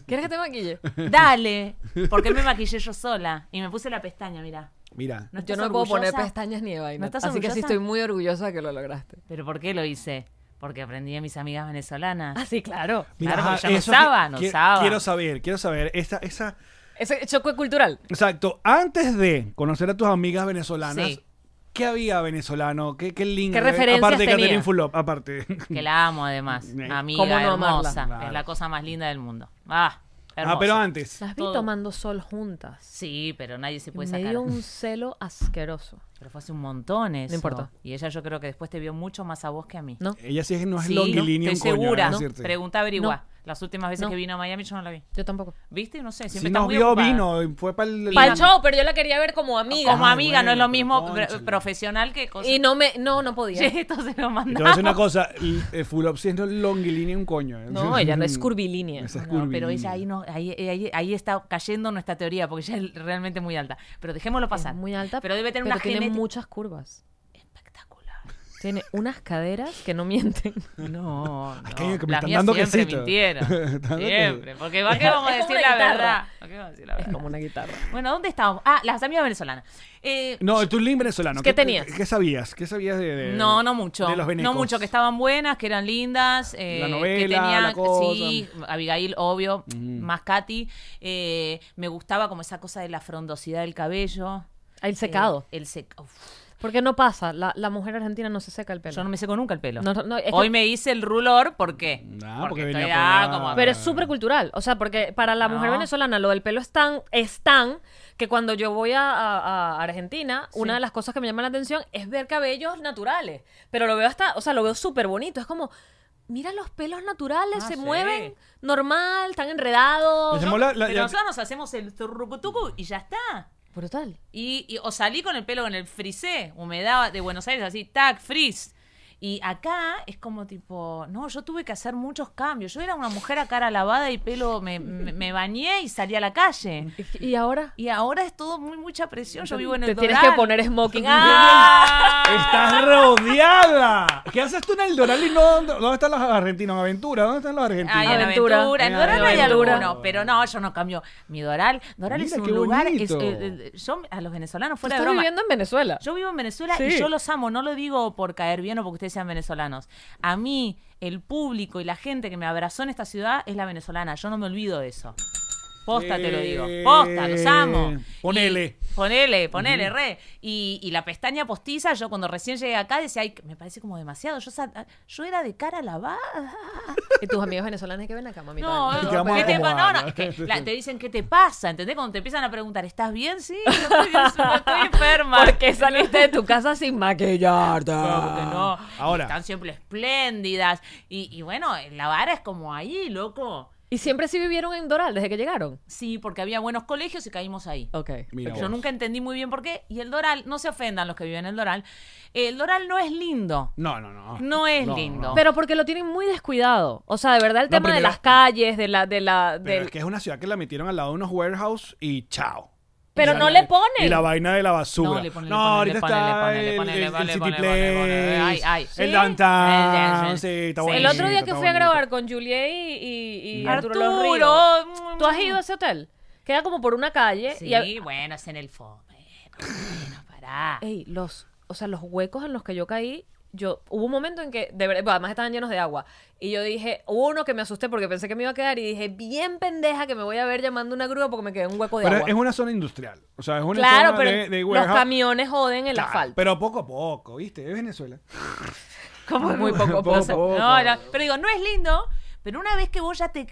Speaker 2: ¿Quieres que te maquille?
Speaker 5: Dale. Porque me maquillé yo sola. Y me puse la pestaña, mirá.
Speaker 1: Mira.
Speaker 5: ¿No
Speaker 2: Yo
Speaker 5: estás
Speaker 2: no me puedo poner
Speaker 5: orgullosa?
Speaker 2: pestañas ni de vaina.
Speaker 5: ¿No estás
Speaker 2: así que sí
Speaker 5: orgullosa?
Speaker 2: estoy muy orgullosa de que lo lograste.
Speaker 5: ¿Pero por qué lo hice? Porque aprendí a mis amigas venezolanas.
Speaker 2: Ah, sí, claro.
Speaker 1: Mira,
Speaker 5: Claro,
Speaker 1: ajá,
Speaker 5: porque ya no
Speaker 1: eso
Speaker 5: usaba, no
Speaker 1: qui-
Speaker 5: usaba.
Speaker 1: Quiero saber, quiero saber. Esa, esa,
Speaker 2: Ese choque cultural.
Speaker 1: exacto. Antes de conocer a tus amigas venezolanas,
Speaker 5: Sí.
Speaker 1: ¿qué había venezolano? ¿Qué, qué link?
Speaker 2: ¿Qué referencias
Speaker 1: Aparte de
Speaker 2: tenía?
Speaker 1: Catherine Fulop, aparte.
Speaker 5: Que la amo además.
Speaker 1: Eh,
Speaker 5: Amiga
Speaker 2: ¿cómo no amarla?
Speaker 5: hermosa. Es la
Speaker 1: Claro.
Speaker 5: cosa más linda del mundo. Ah, hermosa.
Speaker 1: Ah, pero antes.
Speaker 2: Las vi
Speaker 5: Todo.
Speaker 2: tomando sol juntas.
Speaker 5: Sí, pero nadie se
Speaker 2: Y
Speaker 5: puede
Speaker 2: me
Speaker 5: sacar.
Speaker 2: dio un celo asqueroso.
Speaker 5: Pero fue hace un montón eso.
Speaker 2: importa.
Speaker 5: Y ella yo creo que después te vio mucho más a vos que a mí.
Speaker 2: No.
Speaker 1: Ella sí es- no es
Speaker 5: Sí,
Speaker 1: longilínea
Speaker 5: estoy
Speaker 1: un coño,
Speaker 5: segura.
Speaker 1: déjame
Speaker 5: ¿no?
Speaker 1: decirte.
Speaker 5: Pregunta, averigua.
Speaker 2: No.
Speaker 5: Las últimas veces
Speaker 2: No.
Speaker 5: que vino a Miami yo no la vi.
Speaker 2: Yo tampoco.
Speaker 5: ¿Viste? No sé, siempre
Speaker 1: Si
Speaker 5: está
Speaker 1: nos
Speaker 5: muy
Speaker 1: vio,
Speaker 5: ocupada.
Speaker 1: vino. y Fue para el.
Speaker 2: Para el show, pero yo la quería ver como amiga.
Speaker 5: Como
Speaker 1: Ah,
Speaker 5: amiga, no es
Speaker 1: bueno,
Speaker 5: lo mismo
Speaker 1: pero
Speaker 5: pre-
Speaker 1: cónchale.
Speaker 5: profesional que cosa.
Speaker 2: Y no me, no, no podía.
Speaker 5: Che, esto se
Speaker 1: Te
Speaker 5: lo
Speaker 1: voy a
Speaker 5: mandamos.
Speaker 1: decir una cosa, l- eh, Fulop sí es no longilínea un coño. ¿eh?
Speaker 2: No, ella no es curvilínea.
Speaker 1: Esa es
Speaker 5: No, pero
Speaker 1: curvilínea.
Speaker 5: ella ahí, no, ahí, ahí, ahí está cayendo nuestra teoría, porque ella es realmente muy alta. Pero dejémoslo pasar.
Speaker 2: Es muy alta,
Speaker 5: Pero debe tener una
Speaker 2: tiene
Speaker 5: genética
Speaker 2: muchas curvas.
Speaker 5: espectacular.
Speaker 2: Tiene unas caderas que no mienten.
Speaker 5: No, no.
Speaker 1: Aquello que me
Speaker 5: Las
Speaker 1: están
Speaker 5: mías
Speaker 1: dando
Speaker 5: siempre
Speaker 1: quesito. Están
Speaker 5: mintieron.
Speaker 1: dando
Speaker 5: siempre. Porque ¿para qué vamos a
Speaker 2: Es como
Speaker 5: decir
Speaker 2: una
Speaker 5: la
Speaker 2: guitarra.
Speaker 5: verdad? ¿Para qué vamos a decir la
Speaker 2: Es
Speaker 5: verdad?
Speaker 2: como una guitarra.
Speaker 5: Bueno, ¿dónde estábamos? Ah, las amigas venezolanas. Eh,
Speaker 1: No, tu link venezolano.
Speaker 2: ¿Qué tenías?
Speaker 1: ¿Qué, sabías? ¿Qué sabías de, de-
Speaker 5: no, no mucho.
Speaker 1: de los
Speaker 5: no
Speaker 1: venecos?
Speaker 5: mucho, que estaban buenas, que eran lindas. eh,
Speaker 1: La novela,
Speaker 5: que tenían,
Speaker 1: la cosa.
Speaker 5: Sí, Abigail, obvio, más Katy. Eh, me gustaba como esa cosa de la frondosidad del cabello.
Speaker 2: El secado.
Speaker 5: Eh, el secado.
Speaker 2: Porque no pasa. La, la mujer argentina no se seca el pelo.
Speaker 5: Yo no me seco nunca el pelo.
Speaker 2: No, no, no, es que-
Speaker 5: Hoy me hice el rulor, ¿por qué?
Speaker 1: Ah,
Speaker 5: porque
Speaker 1: porque
Speaker 5: estoy
Speaker 1: venía
Speaker 5: ah,
Speaker 1: pegada.
Speaker 5: como...
Speaker 2: Pero es súper cultural. O sea, porque para la mujer
Speaker 5: No.
Speaker 2: venezolana lo del pelo es tan, es tan que cuando yo voy a, a- a Argentina, una de las cosas que me llama la atención es ver cabellos naturales. Pero lo veo hasta, o sea, lo veo súper bonito. Es como, mira los pelos naturales,
Speaker 5: Ah,
Speaker 2: se
Speaker 5: sí.
Speaker 2: mueven normal, están enredados.
Speaker 1: Me llamó la- la-
Speaker 5: Pero
Speaker 1: la-
Speaker 5: nosotros nos hacemos el turrucutucu y ya está.
Speaker 2: Brutal.
Speaker 5: Y, y- o salí con el pelo en el frisé, humedad de Buenos Aires, así, tac, frizz. Y acá es como tipo, no, yo tuve que hacer muchos cambios. Yo era una mujer a cara lavada y pelo, me, me- me bañé y salí a la calle.
Speaker 2: Y, y ahora
Speaker 5: Y ahora es todo muy mucha presión. Yo vivo en el
Speaker 2: te tienes que
Speaker 5: Doral.
Speaker 2: poner smoking.
Speaker 5: ¡Ah!
Speaker 1: ¡Estás rodeada! ¿Qué haces tú en el Doral y no? ¿Dónde están los argentinos? ¿En Aventura? ¿Dónde están los argentinos?
Speaker 5: Ay, en
Speaker 2: Aventura.
Speaker 5: aventura.
Speaker 1: Ay,
Speaker 5: En Doral hay
Speaker 1: Aventura.
Speaker 5: alguno, pero no, yo no cambio. Mi Doral, Doral
Speaker 1: Mira,
Speaker 5: es
Speaker 1: qué
Speaker 5: un lugar. es-
Speaker 1: bonito.
Speaker 5: eh, eh, yo a los venezolanos fuera de
Speaker 2: Estás
Speaker 5: broma.
Speaker 2: viviendo en Venezuela.
Speaker 5: Yo vivo en Venezuela
Speaker 2: Sí.
Speaker 5: y yo los amo, no lo digo por caer bien o porque ustedes sean venezolanos. A mí, el público y la gente que me abrazó en esta ciudad es la venezolana, yo no me olvido de eso. Posta te lo digo, posta, los amo.
Speaker 1: Ponele.
Speaker 5: Y- ponele, ponele, re. Y, y la pestaña postiza, yo cuando recién llegué acá decía, ay, me parece como demasiado, yo, sa- yo era de cara lavada.
Speaker 2: Y tus amigos venezolanos que ven acá, mamita.
Speaker 5: No,
Speaker 1: Y
Speaker 5: no,
Speaker 1: te vamos a
Speaker 5: ¿qué te pa-
Speaker 1: acomodar,
Speaker 5: no, no,
Speaker 1: ¿no?
Speaker 5: es que la- te dicen qué te pasa, ¿entendés? Cuando te empiezan a preguntar, ¿estás bien? Sí, yo estoy, bien, estoy enferma.
Speaker 2: ¿Por qué saliste de tu casa sin maquillarte?
Speaker 5: No, porque no.
Speaker 1: Ah, Ahora.
Speaker 5: Están siempre espléndidas. Y, y bueno, la vara es como ahí, loco.
Speaker 2: ¿Y siempre sí vivieron en Doral desde que llegaron?
Speaker 5: Sí, porque había buenos colegios y caímos ahí.
Speaker 2: Ok.
Speaker 1: Mira
Speaker 5: Yo
Speaker 1: vos.
Speaker 5: nunca entendí muy bien por qué. Y el Doral, no se ofendan los que viven en el Doral, el Doral no es lindo.
Speaker 1: No, no, no.
Speaker 5: No es
Speaker 1: No,
Speaker 5: lindo.
Speaker 1: no.
Speaker 2: Pero porque lo tienen muy descuidado. O sea, de verdad el
Speaker 1: No,
Speaker 2: tema de
Speaker 1: primero-
Speaker 2: las calles, de la... De la
Speaker 1: Pero
Speaker 2: del-
Speaker 1: es que es una ciudad que la metieron al lado de unos warehouse y chao.
Speaker 2: Pero
Speaker 1: Y
Speaker 2: no
Speaker 1: la-
Speaker 2: le ponen.
Speaker 1: Y la vaina de la basura.
Speaker 5: No, le ponen, le
Speaker 1: No,
Speaker 5: ponen, le
Speaker 1: ahorita
Speaker 5: ponen, le
Speaker 1: está
Speaker 5: ponen, le
Speaker 1: el-
Speaker 5: ponen,
Speaker 1: el
Speaker 5: le
Speaker 1: el
Speaker 5: ponen, le
Speaker 1: City
Speaker 5: ponen, le ponen. Ay, ay.
Speaker 1: Place, el
Speaker 5: ¿Sí?
Speaker 1: Downtown,
Speaker 5: Eh,
Speaker 1: sí, está
Speaker 5: sí.
Speaker 1: bonito.
Speaker 2: el otro día
Speaker 1: está
Speaker 2: que fui a
Speaker 1: bonito.
Speaker 2: grabar con Juliet y, y, y Arturo, Los Ríos,
Speaker 5: Arturo.
Speaker 2: ¿Tú has ido a ese hotel? Queda como por una calle.
Speaker 5: Sí,
Speaker 2: Y Eh, hab-
Speaker 5: bueno, es en el fondo. Bueno, pará.
Speaker 2: Ey, los, o sea, los huecos en los que yo caí, yo, hubo un momento en que, de verdad, bueno, además estaban llenos de agua, y yo dije, hubo uno que me asusté porque pensé que me iba a quedar, y dije, bien pendeja que me voy a ver llamando una grúa porque me quedé en un hueco de
Speaker 1: Pero
Speaker 2: agua.
Speaker 1: es una zona industrial. O sea, es una
Speaker 2: claro,
Speaker 1: zona
Speaker 2: pero
Speaker 1: de, de
Speaker 2: los
Speaker 1: warehouse.
Speaker 2: camiones joden el
Speaker 1: Claro,
Speaker 2: asfalto.
Speaker 1: Pero poco a poco, ¿viste? Es Venezuela.
Speaker 2: Muy poco a
Speaker 1: Poco a
Speaker 2: poco.
Speaker 1: poco.
Speaker 5: No, no, pero digo, no es lindo, Pero una vez que vos ya te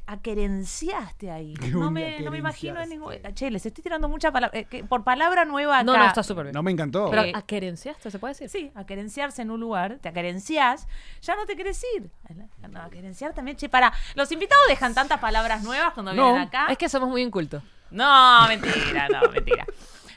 Speaker 5: aquerenciaste ahí, no me, no me imagino en ningún. Ah, Che, les estoy tirando mucha palabra. eh, que por palabra nueva acá.
Speaker 2: No, no, está súper bien.
Speaker 4: No me encantó.
Speaker 2: Pero
Speaker 5: Eh,
Speaker 2: aquerenciaste, ¿se puede decir?
Speaker 5: Sí, acerenciarse en un lugar, te acerencias, ya no te querés ir. No, acerenciar también, che, para. Los invitados dejan tantas palabras nuevas cuando
Speaker 2: No,
Speaker 5: vienen acá.
Speaker 2: es que somos muy incultos.
Speaker 5: No, mentira, no, mentira.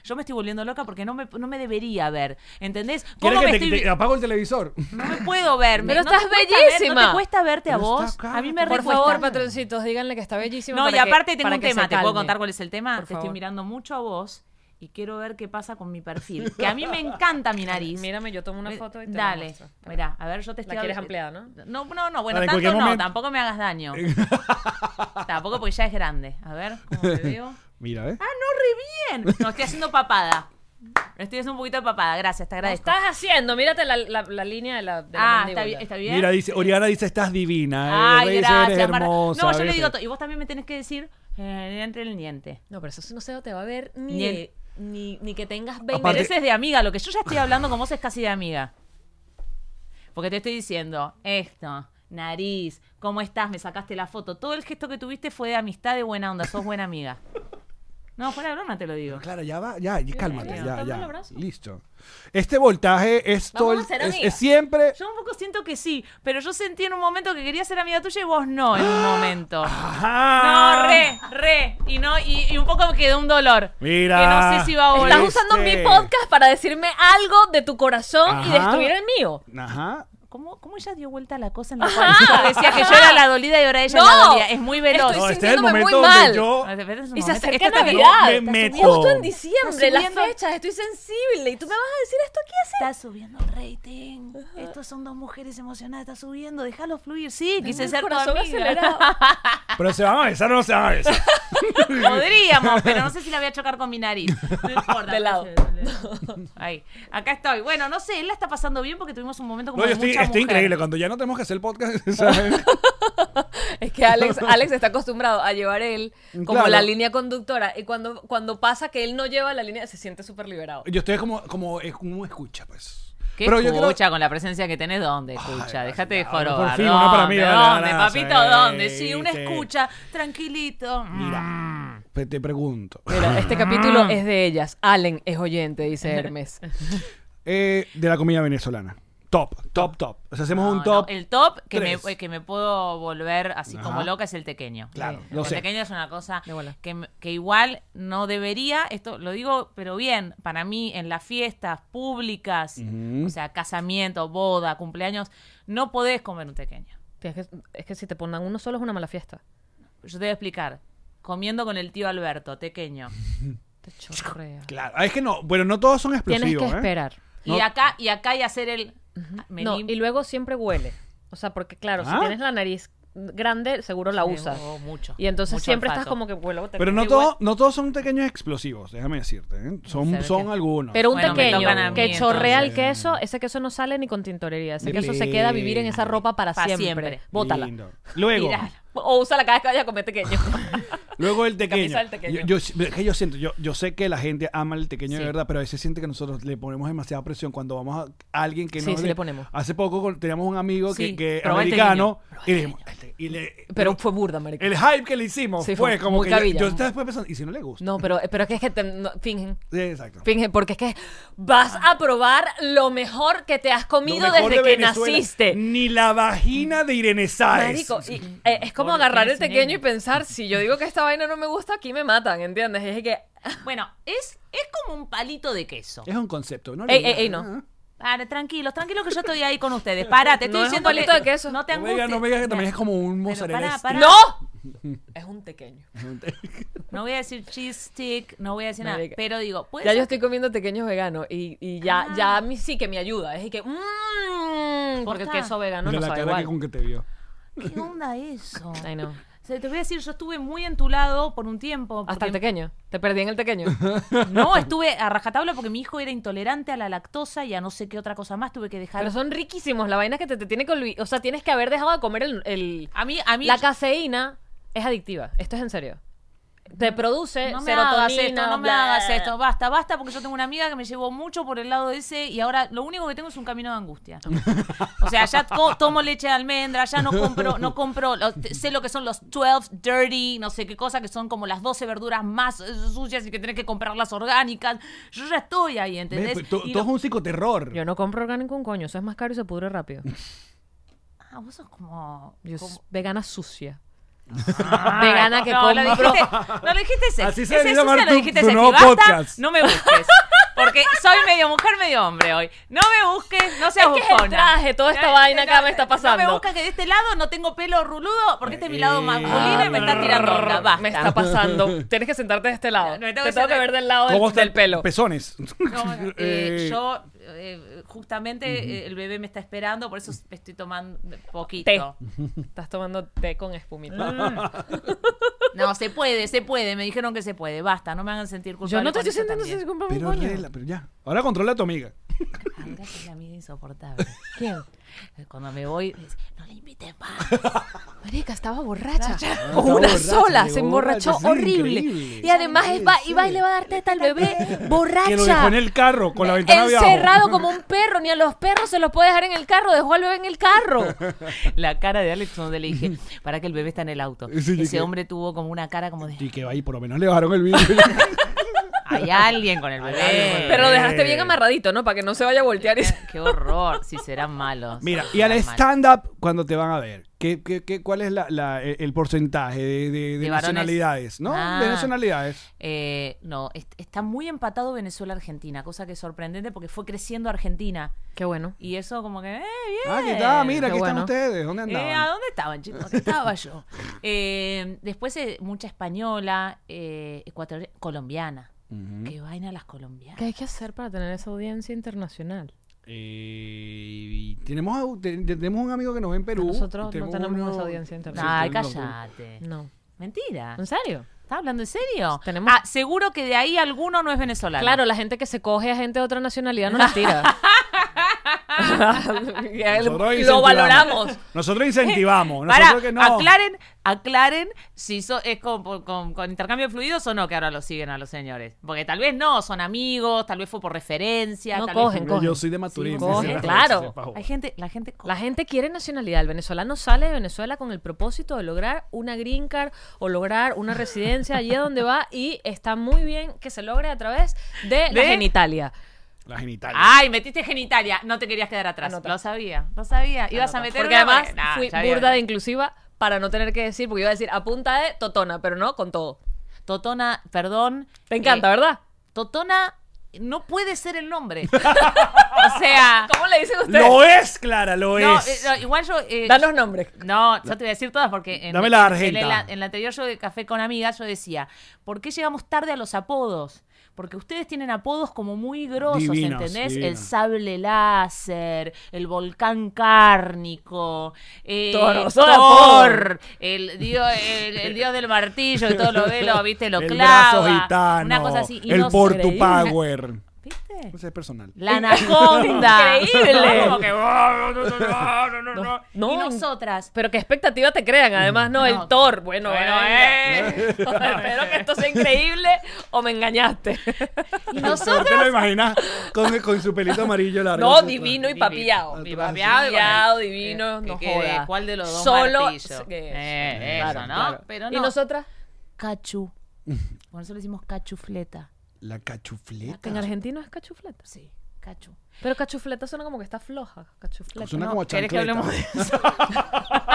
Speaker 5: Yo me estoy volviendo loca porque no me, no me debería ver, ¿entendés? ¿Cómo
Speaker 1: ¿Quieres
Speaker 5: me
Speaker 1: que te,
Speaker 5: estoy
Speaker 1: te- apago el televisor?
Speaker 5: No me puedo ver.
Speaker 2: Pero
Speaker 5: no
Speaker 2: estás
Speaker 5: te cuesta ver- no
Speaker 2: bellísima.
Speaker 5: te cuesta verte a
Speaker 1: Pero
Speaker 5: vos.
Speaker 1: está acá.
Speaker 5: A mí me
Speaker 2: Por
Speaker 5: recuesta.
Speaker 2: favor, patroncitos, díganle que está bellísimo.
Speaker 5: No, y
Speaker 2: para que-
Speaker 5: aparte tengo
Speaker 2: para
Speaker 5: un
Speaker 2: que se
Speaker 5: tema. ¿Te puedo
Speaker 2: calme.
Speaker 5: contar cuál es el tema?
Speaker 2: Por
Speaker 5: Te estoy
Speaker 2: favor.
Speaker 5: mirando mucho a vos y quiero ver qué pasa con mi perfil. Que a mí me encanta mi nariz.
Speaker 2: Mírame, yo tomo una foto y te la
Speaker 5: Eh, Dale,
Speaker 2: muestro.
Speaker 5: mira, a ver, yo te estoy...
Speaker 2: La quieres
Speaker 5: hab- eh,
Speaker 2: ampliada, ¿no?
Speaker 5: No, no, no, bueno,
Speaker 1: Para en
Speaker 5: tanto
Speaker 1: cualquier
Speaker 5: no,
Speaker 1: momento-
Speaker 5: tampoco me hagas daño. tampoco porque ya es grande. A ver, ¿cómo te veo?
Speaker 1: Mira, ¿eh?
Speaker 5: ¡Ah, no, re bien! No, estoy haciendo papada. Estoy haciendo un poquito de papada, gracias, te
Speaker 2: No
Speaker 5: agradezco.
Speaker 2: estás haciendo, mírate la, la- la línea de la. de la
Speaker 5: ah, está
Speaker 2: mandíbula.
Speaker 5: bien, está bien.
Speaker 1: Mira, dice, Oriana dice, estás divina. eh,
Speaker 5: Ay,
Speaker 1: Reyes, eres
Speaker 5: gracias, Marta.
Speaker 1: hermosa.
Speaker 5: No, yo le
Speaker 1: ¿ves?
Speaker 5: digo todo. Y vos también me tenés que decir eh, entre el niente.
Speaker 2: No, pero eso sí no se te va a ver ni,
Speaker 5: Ni el-
Speaker 2: de- ni, ni que tengas 20
Speaker 1: Aparte-
Speaker 5: Pero ese es de amiga. Lo que yo ya estoy hablando con vos es casi de amiga. Porque te estoy diciendo esto, nariz, ¿cómo estás? Me sacaste la foto. Todo el gesto que tuviste fue de amistad, de buena onda. Sos buena amiga. No, fuera de broma te lo digo.
Speaker 1: Clara, ya va, ya, ya, cálmate,
Speaker 2: ya,
Speaker 1: ya,
Speaker 2: toma el
Speaker 1: ya.
Speaker 2: abrazo.
Speaker 1: Listo. Este voltaje es todo
Speaker 5: Vamos a
Speaker 1: el-
Speaker 5: ser
Speaker 1: es,
Speaker 5: amigas.
Speaker 1: es siempre.
Speaker 5: Yo un poco siento que sí, pero yo sentí en un momento que quería ser amiga tuya y vos no en un momento.
Speaker 1: Ajá.
Speaker 5: No, re, re. Y no, y, y un poco me quedó un dolor.
Speaker 1: Mira.
Speaker 5: Que no sé si va a volver.
Speaker 2: Estás usando mi
Speaker 1: Este.
Speaker 2: podcast para decirme algo de tu corazón y
Speaker 1: Ajá.
Speaker 2: destruir el mío.
Speaker 1: Ajá.
Speaker 5: ¿Cómo, ¿Cómo ella dio vuelta a la cosa en la cual yo decía que yo era la dolida y ahora ella es la
Speaker 2: No.
Speaker 5: dolida? Es muy veloz.
Speaker 2: Estoy
Speaker 1: No, este es el
Speaker 2: sintiéndome
Speaker 1: momento
Speaker 2: muy
Speaker 1: donde
Speaker 2: mal.
Speaker 1: yo.
Speaker 5: No, espera, es un
Speaker 2: Y se
Speaker 5: momento.
Speaker 2: acerca
Speaker 5: Esto está-
Speaker 2: Navidad.
Speaker 1: me
Speaker 5: Está
Speaker 1: meto.
Speaker 5: subiendo-
Speaker 2: Justo en
Speaker 5: Está
Speaker 2: diciembre, las
Speaker 5: subiendo-
Speaker 2: fechas, estoy sensible. ¿Y tú me vas a decir esto aquí así?
Speaker 5: Está subiendo el rating. Estos son dos mujeres emocionadas. Está subiendo. Déjalo fluir. Sí, quise ser tu
Speaker 2: corazón acelerado.
Speaker 5: amiga.
Speaker 1: Pero se van a besar o no se van a besar.
Speaker 5: Podríamos, pero no sé si la voy a chocar con mi nariz. No importa.
Speaker 2: De lado.
Speaker 5: Ahí. Acá estoy. Bueno, no sé. Él la está pasando bien porque tuvimos un momento
Speaker 1: No,
Speaker 5: como
Speaker 1: yo
Speaker 5: de
Speaker 1: estoy,
Speaker 5: mucha
Speaker 1: estoy
Speaker 5: mujer.
Speaker 1: increíble. Cuando ya no tenemos que hacer el podcast, ¿sabes?
Speaker 2: Es que Alex, Alex está acostumbrado a llevar él como
Speaker 1: Claro.
Speaker 2: la línea conductora. Y cuando, cuando pasa que él no lleva la línea, se siente súper liberado.
Speaker 1: yo estoy como, como, es como escucha, pues.
Speaker 5: ¿Qué
Speaker 1: Pero yo
Speaker 5: escucha
Speaker 1: creo-
Speaker 5: con la presencia que tenés? ¿Dónde escucha?
Speaker 1: Ay,
Speaker 5: Déjate de
Speaker 1: ya, bueno,
Speaker 5: jorobar.
Speaker 1: por fin,
Speaker 5: ¿Dónde,
Speaker 1: una para mí, dale,
Speaker 5: ¿Dónde,
Speaker 1: dale,
Speaker 5: papito?
Speaker 1: dale.
Speaker 5: ¿Dónde? Sí, una
Speaker 1: Sí.
Speaker 5: escucha. Tranquilito.
Speaker 1: Mira,
Speaker 5: Mm.
Speaker 1: pe- te pregunto.
Speaker 2: Mira,
Speaker 5: eh,
Speaker 2: este capítulo es de ellas. Allen es oyente, dice Hermes.
Speaker 1: Eh, de la comida venezolana. Top, top, top. O sea, hacemos
Speaker 5: No, eh.
Speaker 1: un
Speaker 5: no,
Speaker 1: top.
Speaker 5: El top que me,
Speaker 1: tres.
Speaker 5: eh, que me puedo volver así
Speaker 1: Ajá.
Speaker 5: como loca es el tequeño.
Speaker 1: Claro,
Speaker 5: Eh,
Speaker 1: lo
Speaker 5: el
Speaker 1: sé.
Speaker 5: tequeño es una cosa
Speaker 2: De bola.
Speaker 5: que, me- que igual no debería, esto lo digo, pero bien, para mí en las fiestas públicas, o sea, casamiento, boda, cumpleaños, no podés comer un tequeño.
Speaker 2: Tienes que- es que si te ponen uno solo es una mala fiesta.
Speaker 5: Yo te voy a explicar. Comiendo con el tío Alberto, tequeño.
Speaker 2: Te chorrea.
Speaker 1: Claro. Ah, Es que no, bueno, no todos son
Speaker 2: Tienes que
Speaker 1: explosivos, ¿eh?
Speaker 2: esperar.
Speaker 5: Y acá, y acá y hacer el. me
Speaker 2: No,
Speaker 5: lim-
Speaker 2: y luego siempre huele. O sea, porque claro,
Speaker 1: ¿Ah?
Speaker 2: si tienes la nariz grande, seguro la usas.
Speaker 5: Oh, mucho.
Speaker 2: Y entonces
Speaker 5: mucho
Speaker 2: siempre estás
Speaker 5: olfato.
Speaker 2: como que huele.
Speaker 1: Pero no, todo, no todos son pequeños explosivos, déjame decirte. ¿eh? Son,
Speaker 5: Sabes
Speaker 1: son
Speaker 5: que-
Speaker 1: algunos.
Speaker 2: Pero un
Speaker 5: Bueno, me
Speaker 2: pequeño
Speaker 5: tocan a mí,
Speaker 2: que chorrea el
Speaker 1: entonces.
Speaker 2: queso, ese queso no sale ni con tintorería. Ese
Speaker 1: Mira.
Speaker 2: queso se queda a vivir en esa ropa para
Speaker 5: Pa'
Speaker 2: siempre.
Speaker 5: siempre.
Speaker 2: Bótala.
Speaker 1: Lindo. Luego,
Speaker 5: Mirá.
Speaker 2: O úsala cada vez que vayas a comer pequeño.
Speaker 1: luego el tequeño.
Speaker 2: Camisa del tequeño.
Speaker 1: Yo, yo- es que yo siento, yo, yo sé que la gente ama el tequeño de
Speaker 2: Sí.
Speaker 1: verdad, pero a veces siente que nosotros le ponemos demasiada presión cuando vamos a alguien que
Speaker 2: Sí,
Speaker 1: no
Speaker 2: sí le ponemos.
Speaker 1: Hace poco con- teníamos un amigo que,
Speaker 5: Sí,
Speaker 1: que
Speaker 5: probá el
Speaker 1: americano y, dijimos, "Este, y le-
Speaker 2: pero fue burda, marica.
Speaker 1: el hype que le hicimos
Speaker 2: Sí,
Speaker 1: fue,
Speaker 2: fue
Speaker 1: como
Speaker 2: muy
Speaker 1: que yo-
Speaker 2: cabilla.
Speaker 1: yo, estaba después pensando, ¿y si no le gusta?
Speaker 2: No, pero, pero es que, es que te- no, fingen.
Speaker 1: Sí, exacto.
Speaker 2: Fingen, porque es que vas a probar lo mejor que te has comido
Speaker 1: Lo mejor
Speaker 2: desde
Speaker 1: de
Speaker 2: que
Speaker 1: Venezuela,
Speaker 2: naciste.
Speaker 1: Ni la vagina de Irene Sáez.
Speaker 2: Marico, y, eh, es como
Speaker 5: Por
Speaker 2: agarrar el
Speaker 5: Disney.
Speaker 2: pequeño y pensar, si yo digo que esta vaina no me gusta, aquí me matan, ¿entiendes? Es que,
Speaker 5: Bueno, es, es como un palito de queso.
Speaker 1: Es un concepto, ¿no? Ah,
Speaker 2: ey, ey, ey, no.
Speaker 5: Para, tranquilos, tranquilos que yo estoy ahí con ustedes. Para, te estoy
Speaker 2: No es un
Speaker 5: diciendo
Speaker 2: palito
Speaker 5: que-
Speaker 2: de queso.
Speaker 5: No te
Speaker 1: No me digas,
Speaker 5: angusties.
Speaker 1: no me digas que también es como un
Speaker 5: Pero
Speaker 1: mozzarella.
Speaker 5: pará,
Speaker 1: stick.
Speaker 5: pará.
Speaker 2: ¡No! Es un pequeño.
Speaker 5: No voy a decir cheese stick, no voy a decir
Speaker 2: No
Speaker 5: nada.
Speaker 2: diga.
Speaker 5: Pero digo, pues, puede
Speaker 2: Ya yo
Speaker 5: ser
Speaker 2: estoy comiendo pequeños veganos y, y ya, ya a mí sí que me ayuda. Es que, mmm, porque el
Speaker 5: Posta.
Speaker 2: queso vegano
Speaker 1: Mira
Speaker 2: no
Speaker 1: la
Speaker 2: sabe
Speaker 1: cara que
Speaker 2: igual.
Speaker 1: con que te vio.
Speaker 5: ¿Qué onda eso?
Speaker 2: Ay, no.
Speaker 5: O sea, te voy a decir, yo estuve muy en tu lado por un tiempo.
Speaker 2: Hasta el
Speaker 5: porque-
Speaker 2: pequeño. Te perdí en el pequeño.
Speaker 5: No, estuve a rajatabla porque mi hijo era intolerante a la lactosa y a no sé qué otra cosa más. Tuve que dejar.
Speaker 2: Pero son riquísimos. La vaina es que te, te tiene que olvidar. O sea, tienes que haber dejado de comer el. el-
Speaker 5: A mí, a mí
Speaker 2: La caseína es adictiva. Esto es en serio. te produce
Speaker 5: No me
Speaker 2: Eh, serotonina.
Speaker 5: hagas esto, no me
Speaker 2: bla,
Speaker 5: hagas
Speaker 2: bla,
Speaker 5: esto. Basta, basta, porque yo tengo una amiga que me llevó mucho por el lado ese y ahora lo único que tengo es un camino de angustia. O sea, ya co- tomo leche de almendra, ya no compro, no compro, lo- te- sé lo que son los 12 dirty, no sé qué cosa, que son como las 12 verduras más eh, sucias y que tenés que comprar las orgánicas. Yo ya estoy ahí,
Speaker 1: Ves,
Speaker 5: ¿entendés?
Speaker 1: pues, to-
Speaker 5: Y
Speaker 1: todo
Speaker 5: lo-
Speaker 1: es un psicoterror.
Speaker 2: Yo no compro orgánico un coño, eso es más caro y se pudre rápido.
Speaker 5: Ah, vos sos como...
Speaker 2: Yo
Speaker 5: como-
Speaker 2: soy vegana sucia.
Speaker 5: Ah,
Speaker 2: vegana que
Speaker 5: no, lo
Speaker 2: compro.
Speaker 5: dijiste, no lo dijiste sexy.
Speaker 1: Así se
Speaker 5: Ese
Speaker 1: debería
Speaker 5: sucia
Speaker 1: llamar
Speaker 5: lo
Speaker 1: tu-
Speaker 5: dijiste
Speaker 1: tu
Speaker 5: sexy.
Speaker 1: nuevo
Speaker 5: Basta,
Speaker 1: podcast.
Speaker 5: No me busques. Porque soy medio mujer, medio hombre hoy. No me busques, no seas
Speaker 2: Es que es el
Speaker 5: bufona.
Speaker 2: traje, toda esta
Speaker 5: No,
Speaker 2: vaina
Speaker 5: no,
Speaker 2: acá me está pasando.
Speaker 5: No me busques que de este lado no tengo pelo ruludo porque este es mi lado
Speaker 1: Eh,
Speaker 5: masculino y me está tirando onda. Basta.
Speaker 2: Me está pasando. Tienes que sentarte de este lado.
Speaker 5: No,
Speaker 2: Te
Speaker 5: me tengo que
Speaker 2: tengo que
Speaker 5: sentar-
Speaker 2: ver del lado
Speaker 1: ¿Cómo
Speaker 2: del,
Speaker 1: está
Speaker 2: del pelo.
Speaker 1: Pezones.
Speaker 5: No, eh,
Speaker 1: Eh,
Speaker 5: yo, eh, justamente, eh, el bebé me está esperando, por eso estoy tomando poquito.
Speaker 2: Té. Estás tomando té con espumita.
Speaker 5: Mm. No, se puede, se puede. Me dijeron que se puede. Basta, no me hagan sentir culpable.
Speaker 2: Yo no te
Speaker 5: con
Speaker 2: estoy
Speaker 5: eso
Speaker 2: sintiendo
Speaker 5: también.
Speaker 2: sin comprar un
Speaker 1: Pero,
Speaker 2: coño.
Speaker 1: arregla, pero ya. Ahora controla a tu amiga.
Speaker 5: Andrea es la amiga insoportable.
Speaker 2: ¿Quién?
Speaker 5: Cuando me voy, me dice, no le invité más.
Speaker 2: Marica, estaba borracha.
Speaker 1: Estaba
Speaker 2: Con una
Speaker 1: borracha,
Speaker 2: sola.
Speaker 1: llegó
Speaker 2: Se emborrachó
Speaker 1: borracha, sí,
Speaker 2: horrible.
Speaker 1: increíble.
Speaker 2: Y además
Speaker 1: Sí,
Speaker 2: es va,
Speaker 1: sí.
Speaker 2: y va y le va a dar teta al bebé borracha.
Speaker 1: Que lo dejó en el carro con la ventana abierta.
Speaker 2: Eh, Encerrado como un perro, ni a los perros se los puede dejar en el carro, dejó al bebé en el carro.
Speaker 5: La cara de Alex donde le dije, para que el bebé está en el auto.
Speaker 1: Sí, sí,
Speaker 5: Ese
Speaker 1: que-
Speaker 5: hombre tuvo como una cara como de,
Speaker 1: Y que va ahí, por lo menos le bajaron el vídeo.
Speaker 5: hay alguien con el bebé.
Speaker 2: Pero lo dejaste bien amarradito, ¿no? Para que no se vaya a voltear y se-
Speaker 5: Qué horror, si serán malos.
Speaker 1: Mira, y al
Speaker 5: Serán malos.
Speaker 1: stand-up, cuando te van a ver, ¿qué, qué, qué, ¿cuál es la, la- el el porcentaje de, de- de
Speaker 5: varones?
Speaker 1: nacionalidades? ¿No? De
Speaker 5: Ah.
Speaker 1: nacionalidades.
Speaker 5: Eh, no, est- está muy empatado Venezuela-Argentina, cosa que es sorprendente porque fue creciendo Argentina.
Speaker 2: Qué bueno.
Speaker 5: Y eso como que, eh, bien.
Speaker 1: Ah, aquí está, mira,
Speaker 2: qué
Speaker 1: aquí están
Speaker 2: bueno.
Speaker 1: ustedes. ¿Dónde andaban?
Speaker 5: Eh, ¿A dónde estaban, chicos? ¿Qué estaba yo? Eh, después eh, mucha española, eh, ecuatoriana, colombiana. Qué vaina las colombianas.
Speaker 2: ¿Qué hay que hacer para tener esa audiencia internacional?
Speaker 1: Eh, y tenemos, au- te- tenemos un amigo que nos ve en Perú.
Speaker 2: Nosotros no tenemos
Speaker 1: uno-
Speaker 2: esa audiencia internacional.
Speaker 5: Ay,
Speaker 1: tenemos-
Speaker 5: cállate.
Speaker 2: No.
Speaker 5: Mentira.
Speaker 2: ¿En serio?
Speaker 5: ¿Estás hablando en serio?
Speaker 2: Tenemos-
Speaker 5: Ah, seguro que de ahí alguno no es venezolano.
Speaker 2: Claro, la gente que se coge a gente de otra nacionalidad no la tira. Y a él-
Speaker 1: Nosotros
Speaker 2: lo
Speaker 1: incentivamos.
Speaker 2: valoramos.
Speaker 1: Nosotros incentivamos.
Speaker 5: Pará,
Speaker 1: Nosotros que no.
Speaker 5: aclaren, aclaren si so- es con, por- con- con intercambio de fluidos o no que ahora lo siguen a los señores. Porque tal vez no, son amigos, tal vez fue por referencia.
Speaker 2: No
Speaker 5: tal vez-
Speaker 2: cogen,
Speaker 1: Yo-
Speaker 2: cogen.
Speaker 1: Yo soy de Maturín.
Speaker 2: Sí, cogen,
Speaker 1: sí, sí,
Speaker 2: claro.
Speaker 1: sí, sí, pa' jugar.
Speaker 5: Hay gente, la gente coge.
Speaker 2: La gente quiere nacionalidad. El venezolano sale de Venezuela con el propósito de lograr una green card o lograr una residencia allí a donde va y está muy bien que se logre a través de, la
Speaker 5: ¿De?
Speaker 2: genitalia.
Speaker 1: La genitalia.
Speaker 5: Ay, metiste genitalia. No te querías quedar atrás.
Speaker 2: Anota.
Speaker 5: Lo sabía, lo sabía. Ibas a meter
Speaker 2: Porque
Speaker 5: una-
Speaker 2: además
Speaker 5: Nah,
Speaker 2: fui
Speaker 5: ya había-
Speaker 2: burda de inclusiva para no tener que decir, porque iba a decir a punta de totona, pero no con todo.
Speaker 5: Totona, perdón.
Speaker 2: Te encanta,
Speaker 5: Eh,
Speaker 2: ¿verdad?
Speaker 5: Totona no puede ser el nombre. o sea,
Speaker 2: ¿Cómo le dicen ustedes?
Speaker 1: Lo es, Clara, lo
Speaker 5: no, eh,
Speaker 1: es.
Speaker 5: no, igual yo. eh,
Speaker 2: Dan los nombres.
Speaker 5: No, yo te voy a decir todas porque en,
Speaker 1: Dame la
Speaker 5: en- en
Speaker 1: argenta.
Speaker 5: el, en el anterior yo de Café con Amigas yo decía, ¿por qué llegamos tarde a los apodos? Porque ustedes tienen apodos como muy grosos,
Speaker 1: Divinos,
Speaker 5: ¿entendés? El
Speaker 1: divinos.
Speaker 5: sable láser, el volcán cárnico, eh,
Speaker 2: Toro, son
Speaker 5: Thor, el dios, el, el dios del martillo, que todo lo ve, lo, viste, lo
Speaker 1: el
Speaker 5: clava.
Speaker 1: brazo gitano.
Speaker 5: una cosa así. y
Speaker 1: El
Speaker 5: no se
Speaker 1: Portu
Speaker 5: creía.
Speaker 1: Power.
Speaker 5: ¿Viste?
Speaker 1: Ese es personal.
Speaker 5: La anaconda.
Speaker 2: Increíble.
Speaker 5: Como que, no, no, no, no, no.
Speaker 2: No,
Speaker 5: y nosotras.
Speaker 2: Pero qué expectativa te crean, además, no, el
Speaker 5: No.
Speaker 2: Thor. Bueno,
Speaker 5: Bueno,
Speaker 2: venga.
Speaker 5: eh.
Speaker 2: espero que esto sea increíble o me engañaste.
Speaker 5: Y
Speaker 1: ¿Por
Speaker 5: nosotras.
Speaker 1: te lo imaginas con, con su pelito amarillo largo?
Speaker 2: No,
Speaker 1: Así,
Speaker 2: divino Ah, y
Speaker 5: Divino.
Speaker 2: papillado.
Speaker 5: Y
Speaker 2: Papiado,
Speaker 5: papeado y con el-
Speaker 2: divino,
Speaker 5: que
Speaker 2: no
Speaker 5: quede
Speaker 2: joda.
Speaker 5: ¿Cuál de los dos
Speaker 2: Solo
Speaker 5: martillo?
Speaker 2: que-
Speaker 5: Eh,
Speaker 2: claro,
Speaker 5: eso, ¿no?
Speaker 2: claro.
Speaker 5: Pero
Speaker 2: ¿Y
Speaker 5: no.
Speaker 2: nosotras?
Speaker 5: Cachu. Por eso le decimos cachufleta.
Speaker 1: La cachufleta.
Speaker 2: En argentino es cachufleta.
Speaker 5: Sí, cachu.
Speaker 2: Pero cachufleta suena como que está floja. Cachufleta.
Speaker 1: Suena
Speaker 2: ¿no?
Speaker 1: como
Speaker 5: ¿Querés que
Speaker 1: chancleta.
Speaker 5: hablemos de eso?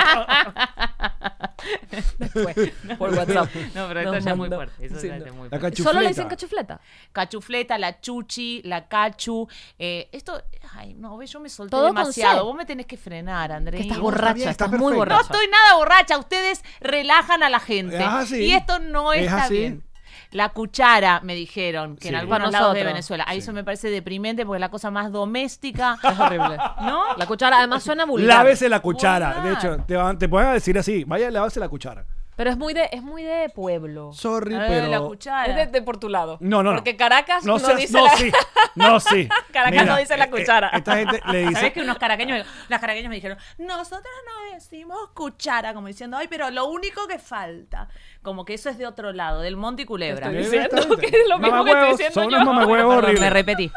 Speaker 2: Después, por WhatsApp.
Speaker 5: No, pero esto
Speaker 2: Nos
Speaker 5: ya es muy
Speaker 2: mandó.
Speaker 5: fuerte. Eso
Speaker 2: Sí,
Speaker 5: ya
Speaker 2: no.
Speaker 5: es muy
Speaker 1: La
Speaker 5: fuerte.
Speaker 1: cachufleta.
Speaker 2: Solo le dicen cachufleta.
Speaker 5: Cachufleta, la chuchi, la cachu. eh, esto, ay, no, ve, yo me solté
Speaker 2: Todo con
Speaker 5: demasiado.
Speaker 2: C.
Speaker 5: Vos me tenés que frenar, Andrés.
Speaker 2: Que estás
Speaker 1: está
Speaker 2: borracha,
Speaker 1: bien, está
Speaker 2: estás muy
Speaker 1: perfecto.
Speaker 2: borracha.
Speaker 5: No estoy nada borracha, ustedes relajan a la gente.
Speaker 1: Es así.
Speaker 5: Y esto no
Speaker 1: Ah, Es
Speaker 5: está
Speaker 1: así.
Speaker 5: bien. La cuchara, me dijeron, que en
Speaker 1: Sí.
Speaker 5: algunos
Speaker 2: Para
Speaker 5: lados de
Speaker 2: nosotros.
Speaker 5: Venezuela. Ahí eso me parece deprimente porque es la cosa más doméstica.
Speaker 2: Es horrible.
Speaker 5: ¿No?
Speaker 2: La cuchara además suena vulgar.
Speaker 1: Lávese la cuchara.
Speaker 5: Vulgar.
Speaker 1: De hecho, te, van- te pueden decir así. Vaya, lávese la cuchara.
Speaker 2: Pero es muy de, es muy de pueblo.
Speaker 1: Sorry,
Speaker 5: Ah,
Speaker 1: pero.
Speaker 5: la cuchara.
Speaker 2: Es de, de por tu lado.
Speaker 1: No, no, no.
Speaker 2: Porque Caracas no,
Speaker 1: no seas-
Speaker 2: dice
Speaker 1: no,
Speaker 2: la...
Speaker 1: sí. No, sí.
Speaker 2: Caracas no dice la
Speaker 1: eh,
Speaker 2: cuchara.
Speaker 1: eh, Esta gente le
Speaker 5: ¿Sabes
Speaker 1: dice.
Speaker 5: que unos caraqueños, las caraqueñas me dijeron, nosotros no decimos cuchara, como diciendo, ay, pero lo único que falta. Como que eso es de otro lado, del monte y culebra.
Speaker 1: Mira,
Speaker 2: diciendo
Speaker 1: esta gente.
Speaker 2: que es lo mismo que estoy
Speaker 1: Mamahuevos,
Speaker 2: diciendo
Speaker 1: Son unos
Speaker 2: yo.
Speaker 1: mamahuevos
Speaker 5: Perdón, me
Speaker 1: horribles.
Speaker 5: repetí.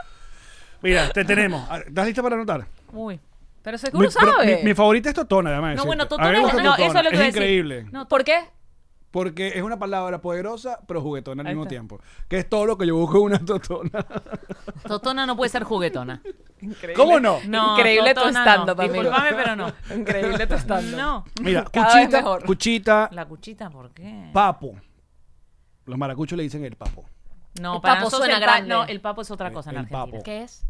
Speaker 1: Mira, te tenemos. A ver, ¿Estás lista para anotar?
Speaker 2: Uy. Pero
Speaker 1: Mi,
Speaker 2: seguro
Speaker 1: pero
Speaker 2: sabe.
Speaker 1: mi- mi favorita es Totona, además.
Speaker 5: No, bueno,
Speaker 1: A
Speaker 5: Totona,
Speaker 1: mí me gusta
Speaker 5: no, eso es lo que iba a decir.
Speaker 1: increíble.
Speaker 2: No, ¿Por qué?
Speaker 1: Porque es una palabra poderosa, pero juguetona al mismo tiempo. Que es todo lo que yo busco en una Totona.
Speaker 5: Totona no puede ser juguetona.
Speaker 1: ¿Cómo no?
Speaker 5: No,
Speaker 2: Increíble tu
Speaker 5: Totona
Speaker 2: stand-up,
Speaker 5: no.
Speaker 2: amigo.
Speaker 5: Disculpame, pero no.
Speaker 2: Increíble tu stand-up.
Speaker 5: No.
Speaker 1: Mira,
Speaker 2: Cada vez
Speaker 1: cuchita,
Speaker 2: mejor.
Speaker 1: cuchita,
Speaker 5: La cuchita, ¿por qué?
Speaker 1: papo. Los maracuchos le dicen el papo.
Speaker 5: No,
Speaker 2: El
Speaker 5: para
Speaker 2: papo
Speaker 5: nosotros
Speaker 2: suena
Speaker 5: el pa-
Speaker 2: grande.
Speaker 5: No, el papo es otra cosa en
Speaker 1: Eh, El
Speaker 5: Argentina.
Speaker 1: papo.
Speaker 2: ¿Qué es?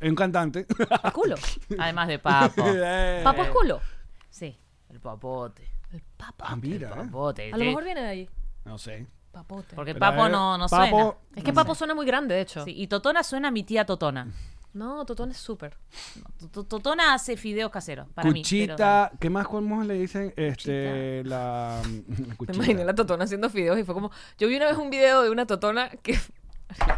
Speaker 1: Es un cantante. Eh.
Speaker 2: El culo.
Speaker 5: Además de papo.
Speaker 2: Papo es culo.
Speaker 5: Sí, el papote.
Speaker 2: El papa.
Speaker 1: ah, mira. eh.
Speaker 5: Papote.
Speaker 2: A lo mejor viene de ahí.
Speaker 1: No sé.
Speaker 2: Papote.
Speaker 5: Porque
Speaker 1: Pero
Speaker 5: papo
Speaker 1: es-
Speaker 5: no, no
Speaker 1: papo-
Speaker 5: suena.
Speaker 2: Es que papo suena muy grande, de hecho.
Speaker 5: Sí, y Totona suena a mi tía Totona.
Speaker 2: No, Totón es súper.
Speaker 5: To- to- Totona hace fideos caseros para mí. pero-
Speaker 1: cuchita, ¿qué más cómo le dicen? Este, la, la
Speaker 2: Me
Speaker 1: cuchita.
Speaker 2: imaginé la Totona haciendo fideos y fue como... Yo vi una vez un video de una Totona que...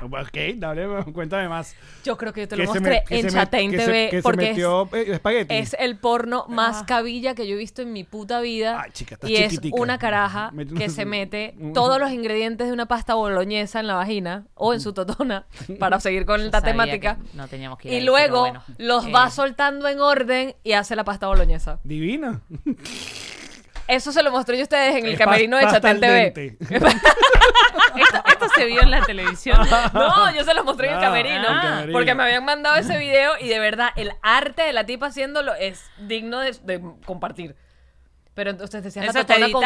Speaker 1: Ok, dale, cuéntame más.
Speaker 2: Yo creo que yo te
Speaker 1: Que
Speaker 2: lo
Speaker 1: se
Speaker 2: mostré
Speaker 1: me- que
Speaker 2: en
Speaker 1: se me-
Speaker 2: Chatein
Speaker 1: que se-
Speaker 2: TV
Speaker 1: que se
Speaker 2: porque es-
Speaker 1: metió, eh, espagueti.
Speaker 2: es, el porno más
Speaker 5: Ah.
Speaker 2: cabilla que yo he visto en mi puta vida.
Speaker 1: Ay, chica, estás
Speaker 2: y es
Speaker 1: chiquitica.
Speaker 2: una caraja
Speaker 1: Mete
Speaker 2: que
Speaker 1: unos-
Speaker 2: se mete
Speaker 1: un-
Speaker 2: todos los ingredientes de una pasta boloñesa en la vagina o en su totona para seguir con
Speaker 5: Yo
Speaker 2: la
Speaker 5: sabía
Speaker 2: temática.
Speaker 5: que no teníamos que ir
Speaker 2: Y
Speaker 5: ahí,
Speaker 2: luego
Speaker 5: pero bueno.
Speaker 2: los
Speaker 5: Eh,
Speaker 2: va soltando en orden y hace la pasta boloñesa.
Speaker 1: Divina.
Speaker 2: Eso se lo mostré yo a ustedes en el
Speaker 1: Es
Speaker 2: camerino de
Speaker 1: pasta
Speaker 2: Chatén
Speaker 1: al
Speaker 2: TV.
Speaker 1: dente.
Speaker 5: Esto, esto se vio en la televisión.
Speaker 2: No, yo se los mostré en el
Speaker 1: Ah,
Speaker 2: camerino,
Speaker 1: el camerino.
Speaker 2: porque me habían mandado ese video y de verdad el arte de la tipa haciéndolo es digno de, de compartir. Pero entonces decías la
Speaker 5: ¿Eso está
Speaker 2: totona con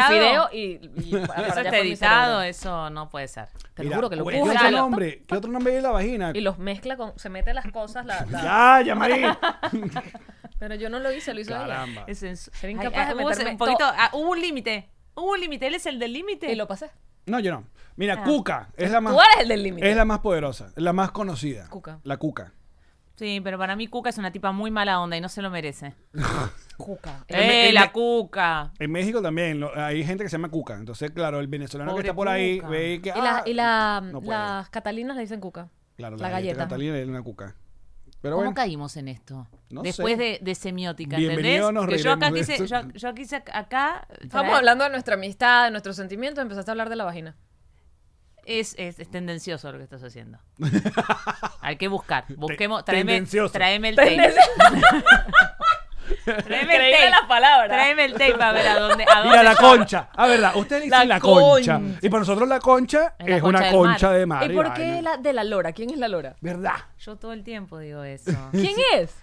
Speaker 2: video
Speaker 5: editado?
Speaker 2: y, y para- para
Speaker 5: Eso
Speaker 2: allá
Speaker 5: está
Speaker 2: fue mi
Speaker 5: editado,
Speaker 2: cerebro.
Speaker 5: eso no puede ser.
Speaker 2: Te
Speaker 1: Mira,
Speaker 2: lo juro que lo
Speaker 1: güey, ¿Qué
Speaker 2: puse.
Speaker 1: otro
Speaker 2: Lo-
Speaker 1: nombre? ¿Qué otro nombre es la vagina?
Speaker 2: Y los mezcla con, se mete las cosas, la- la-
Speaker 1: Ya, ya, Marí.
Speaker 2: pero yo no lo hice, lo hizo ella.
Speaker 1: Caramba.
Speaker 5: Es ens-
Speaker 2: Ser
Speaker 5: Ay,
Speaker 2: incapaz
Speaker 5: ah,
Speaker 2: de
Speaker 5: hubo
Speaker 2: meterme
Speaker 5: un poquito,
Speaker 2: to-
Speaker 5: ah, hubo un límite. Hubo un límite, él es el del límite.
Speaker 2: Y lo pasé.
Speaker 1: No, yo no. Mira, Cuca es la más.
Speaker 2: Ah. Tú eres el del límite.
Speaker 1: Es la más poderosa, la más conocida.
Speaker 2: Cuca.
Speaker 1: La Cuca.
Speaker 5: Sí, pero para mí Cuca es una tipa muy mala onda y no se lo merece.
Speaker 2: Cuca.
Speaker 5: ¡Eh,
Speaker 1: en-
Speaker 5: la Cuca!
Speaker 1: En México también lo- hay gente que se llama Cuca. Entonces, claro, el venezolano
Speaker 5: Pobre
Speaker 1: que está por ahí
Speaker 5: Cuca.
Speaker 1: ve que.
Speaker 2: Y, la-
Speaker 1: ah,
Speaker 2: y la- mm,
Speaker 1: no puede.
Speaker 2: las catalinas le dicen cuca.
Speaker 1: Claro,
Speaker 2: la
Speaker 1: galleta
Speaker 2: galleta.
Speaker 1: Catalina es una Cuca. Pero
Speaker 5: ¿Cómo
Speaker 1: bueno.
Speaker 5: caímos en esto?
Speaker 1: No
Speaker 5: Después
Speaker 1: sé.
Speaker 5: de, de semiótica,
Speaker 1: Bienvenido,
Speaker 5: ¿entendés?
Speaker 1: nos
Speaker 5: que yo acá
Speaker 1: reiremos de
Speaker 5: quise, yo,
Speaker 1: esto.
Speaker 5: yo quise ac- acá.
Speaker 2: Estábamos
Speaker 5: traer-
Speaker 2: hablando de nuestra amistad, de nuestros sentimientos, empezaste a hablar de la vagina.
Speaker 5: Es, es- es tendencioso lo que estás haciendo. Hay que buscar. Busquemos.
Speaker 1: Te-
Speaker 5: Tráeme,
Speaker 1: tendencioso.
Speaker 5: tráeme el tape. tráeme el tape.
Speaker 2: palabra.
Speaker 5: Tráeme el tape a ver a dónde. A dónde
Speaker 1: Mira, la
Speaker 5: yo-
Speaker 1: concha. Ah, verdad. Ustedes le dicen la,
Speaker 2: La
Speaker 1: concha.
Speaker 2: concha.
Speaker 1: Y para nosotros la concha es,
Speaker 5: Es la concha
Speaker 1: una
Speaker 5: del
Speaker 1: concha
Speaker 5: mar.
Speaker 1: de mar.
Speaker 2: ¿Y por
Speaker 1: vaina.
Speaker 2: qué la de la lora? ¿Quién es la lora?
Speaker 1: ¿Verdad?
Speaker 5: Yo todo el tiempo digo eso.
Speaker 2: ¿Quién es?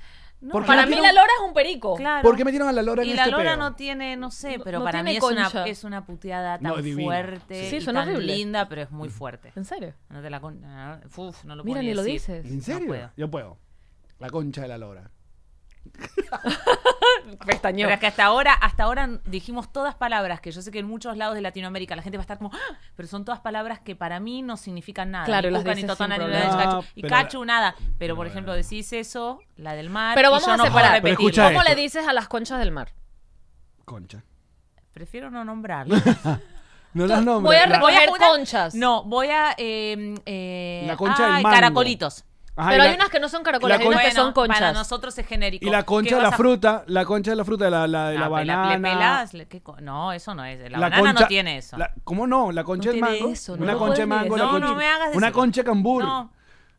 Speaker 5: No,
Speaker 1: ¿Por qué
Speaker 2: Para
Speaker 1: no
Speaker 2: mí
Speaker 1: tiene
Speaker 2: la
Speaker 1: un-
Speaker 2: lora es un perico.
Speaker 5: Claro.
Speaker 1: ¿Por qué metieron a la lora en
Speaker 5: Y
Speaker 1: este
Speaker 5: la lora
Speaker 1: pedo?
Speaker 5: no tiene, no sé, pero
Speaker 2: no
Speaker 5: para
Speaker 2: tiene
Speaker 5: mí es una,
Speaker 2: concha.
Speaker 5: es una puteada tan
Speaker 1: No, divina.
Speaker 5: fuerte
Speaker 2: Sí,
Speaker 5: y tan
Speaker 2: suena horrible.
Speaker 5: linda, pero es muy fuerte.
Speaker 2: ¿En serio?
Speaker 5: No te la con... ah, Uf, no lo puedo
Speaker 2: Mira, ni lo
Speaker 5: decir.
Speaker 2: dices.
Speaker 1: ¿En serio?
Speaker 5: puedo.
Speaker 1: Yo puedo. La concha de la lora.
Speaker 2: Pestañeo.
Speaker 5: Pero es que hasta ahora, hasta ahora dijimos todas palabras que yo sé que en muchos lados de Latinoamérica la gente va a estar como, "Ah", pero son todas palabras que para mí no significan nada.
Speaker 2: Claro,
Speaker 5: ni
Speaker 2: las
Speaker 5: cuca, ni
Speaker 2: dices
Speaker 5: totona,
Speaker 2: sin
Speaker 5: ni
Speaker 2: problema.
Speaker 5: nada,
Speaker 1: No,
Speaker 5: cachu. Y
Speaker 1: pero-
Speaker 5: cachu, nada. Pero, por
Speaker 1: No,
Speaker 5: ejemplo,
Speaker 1: no.
Speaker 5: decís eso, la del mar.
Speaker 2: Pero
Speaker 5: y
Speaker 2: vamos
Speaker 5: yo
Speaker 2: a
Speaker 5: no puedo
Speaker 2: separar.
Speaker 1: Pero
Speaker 5: repetirlo.
Speaker 1: escucha
Speaker 2: ¿Cómo
Speaker 1: esto.
Speaker 2: le dices a las conchas del mar?
Speaker 1: Concha.
Speaker 5: Prefiero no nombrarla.
Speaker 1: No las nombres.
Speaker 2: voy a
Speaker 1: la-
Speaker 2: recoger-
Speaker 5: Voy a jurar-
Speaker 2: conchas.
Speaker 5: No, voy a. eh, eh,
Speaker 1: La concha del
Speaker 5: ay,
Speaker 1: mango.
Speaker 5: caracolitos.
Speaker 1: Ajá, y
Speaker 2: Pero
Speaker 1: la-
Speaker 2: hay unas que no son caracoles,
Speaker 1: la
Speaker 2: hay unas
Speaker 1: concha-
Speaker 2: que son
Speaker 5: Bueno, Para
Speaker 2: conchas.
Speaker 5: nosotros es genérico.
Speaker 1: Y la
Speaker 5: ¿Qué
Speaker 1: concha de la
Speaker 5: vas a-
Speaker 1: fruta, la concha de la fruta, la, la, de la
Speaker 5: Ah, pela-
Speaker 1: banana.
Speaker 5: le pelás, le- ¿qué co- no, eso no es. La,
Speaker 1: la
Speaker 5: banana
Speaker 1: concha-
Speaker 5: no tiene eso.
Speaker 1: la- ¿Cómo no? La concha
Speaker 2: No
Speaker 1: del
Speaker 2: tiene
Speaker 1: mango.
Speaker 2: eso, no
Speaker 1: una
Speaker 2: lo
Speaker 1: concha de
Speaker 2: puedes
Speaker 1: mango.
Speaker 2: decir.
Speaker 1: la
Speaker 5: No,
Speaker 1: concha,
Speaker 5: no me hagas
Speaker 1: Una
Speaker 5: decirlo.
Speaker 1: concha cambur.
Speaker 5: No.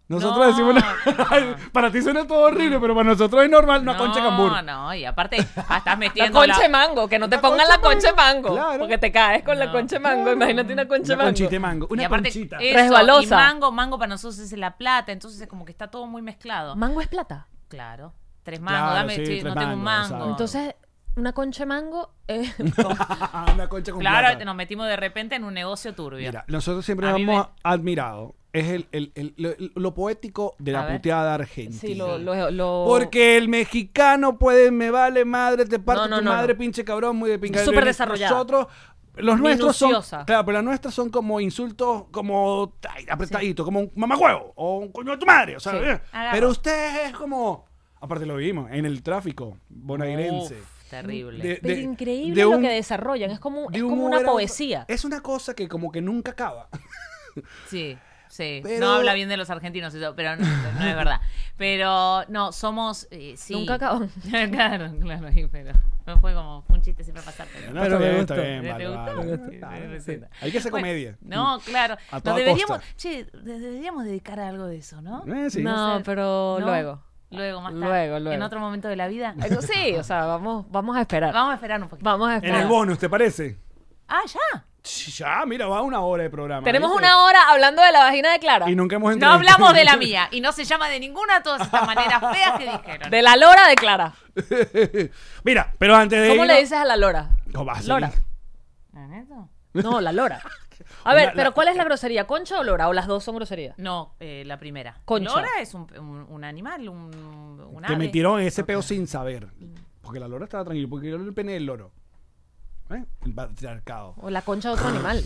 Speaker 1: Nosotros
Speaker 5: No,
Speaker 1: decimos una...
Speaker 5: no.
Speaker 1: Para ti suena todo horrible, pero para nosotros es normal una concha cambur.
Speaker 5: No, no, y aparte, ah, estás
Speaker 2: La
Speaker 5: metiendo.
Speaker 2: concha de mango, que no te pongan la concha de mango.
Speaker 1: Claro.
Speaker 2: Porque te caes con la
Speaker 5: No.
Speaker 2: concha de mango. Imagínate una concha de
Speaker 1: Una
Speaker 2: mango.
Speaker 1: conchita de mango.
Speaker 5: y
Speaker 1: Una
Speaker 5: aparte,
Speaker 1: conchita.
Speaker 5: eso,
Speaker 2: Resbalosa.
Speaker 5: Y mango, mango para nosotros es la plata, entonces es como que está todo muy mezclado.
Speaker 2: Mango es plata.
Speaker 5: claro. Tres mangos,
Speaker 1: Claro,
Speaker 5: dame,
Speaker 1: sí,
Speaker 5: estoy-
Speaker 1: tres
Speaker 5: no tengo un
Speaker 1: mangos,
Speaker 5: mango.
Speaker 1: exacto.
Speaker 2: Entonces, una concha de mango eh, es...
Speaker 1: una concha con
Speaker 5: claro,
Speaker 1: plata.
Speaker 5: nos metimos de repente en un negocio turbio.
Speaker 1: Mira, nosotros siempre
Speaker 5: A
Speaker 1: nos
Speaker 5: mí
Speaker 1: hemos admirado. Es el, el- el- lo, lo poético de
Speaker 5: A
Speaker 1: la
Speaker 5: ver.
Speaker 1: puteada argentina.
Speaker 2: Sí, lo... lo, lo-
Speaker 1: Porque el mexicano puede, me vale madre, te parte
Speaker 2: No, no,
Speaker 1: tu
Speaker 2: no,
Speaker 1: madre,
Speaker 2: no.
Speaker 1: pinche cabrón, muy de pinche.
Speaker 2: Súper desarrollada.
Speaker 1: Nosotros, los nuestros son.
Speaker 2: Minuciosa.
Speaker 1: Claro, pero los nuestros son como insultos, como ay, apretadito, como un mamagüevo o un coño de tu madre. O sea,
Speaker 2: Sí.
Speaker 1: eh.
Speaker 5: Agarra.
Speaker 1: pero usted es como. Aparte lo vimos en el tráfico bonaerense.
Speaker 5: Uf, Terrible.
Speaker 1: De-
Speaker 2: Pero
Speaker 1: de-
Speaker 2: increíble
Speaker 1: de
Speaker 2: lo
Speaker 1: un-
Speaker 2: que desarrollan. Es como,
Speaker 1: de
Speaker 2: es
Speaker 1: un
Speaker 2: como una
Speaker 1: Uber a otro.
Speaker 2: poesía.
Speaker 1: Es una cosa que como que nunca acaba.
Speaker 5: Sí, sí.
Speaker 1: Pero-
Speaker 5: No habla bien de los argentinos eso, pero no, no es verdad. Pero no, somos... eh, sí.
Speaker 2: Nunca acaban.
Speaker 5: claro, claro, y pero no fue como un chiste siempre pasar. pero-
Speaker 1: No,
Speaker 2: Pero
Speaker 1: está
Speaker 2: me
Speaker 1: bien,
Speaker 2: gustó.
Speaker 1: está bien,
Speaker 5: ¿Te
Speaker 1: vale,
Speaker 5: gustó?
Speaker 1: vale.
Speaker 5: Sí,
Speaker 1: Está
Speaker 5: sí,
Speaker 1: bien,
Speaker 5: me
Speaker 1: sí.
Speaker 5: sienta.
Speaker 1: Hay que hacer
Speaker 5: Bueno,
Speaker 1: comedia.
Speaker 5: No, claro.
Speaker 1: A
Speaker 5: Nos
Speaker 1: toda
Speaker 5: deberíamos,
Speaker 1: costa.
Speaker 5: che, de- deberíamos dedicar algo de eso, ¿no?
Speaker 1: Eh, sí.
Speaker 2: No,
Speaker 5: sé.
Speaker 2: pero
Speaker 5: ¿No?
Speaker 2: luego.
Speaker 5: Luego, más tarde.
Speaker 2: Luego, luego.
Speaker 5: En otro momento de la vida.
Speaker 2: Eso sí, o sea, vamos, vamos a esperar.
Speaker 5: Vamos a esperar un poquito.
Speaker 2: Vamos a
Speaker 1: En
Speaker 2: esperar.
Speaker 1: el bonus, ¿te parece?
Speaker 5: Ah, ya.
Speaker 1: Ya, mira, va una hora de programa.
Speaker 2: Tenemos
Speaker 1: ¿viste?
Speaker 2: una hora hablando de la vagina de Clara.
Speaker 1: Y nunca hemos
Speaker 5: No
Speaker 1: entrevistado-
Speaker 5: hablamos de la mía. Y no se llama de ninguna de todas estas maneras feas que dijeron.
Speaker 2: De la lora de Clara.
Speaker 1: Mira, pero antes de
Speaker 2: ¿Cómo
Speaker 1: irnos-
Speaker 2: le dices a la lora?
Speaker 1: No, va a seguir.
Speaker 2: Lora.
Speaker 5: ¿Ernesto?
Speaker 2: No, la lora. A
Speaker 1: La-
Speaker 2: ver,
Speaker 1: la-
Speaker 2: pero ¿cuál es la grosería? ¿Concha o lora? ¿O las dos son groserías?
Speaker 5: No, eh, la primera.
Speaker 2: Concha.
Speaker 5: Lora es un, un- un animal, un, un
Speaker 1: Te
Speaker 5: ave.
Speaker 1: metieron en ese peo sin saber. Porque la lora estaba tranquila, porque era el pene del loro. ¿Eh? El patriarcado.
Speaker 2: ¿O la concha de otro animal?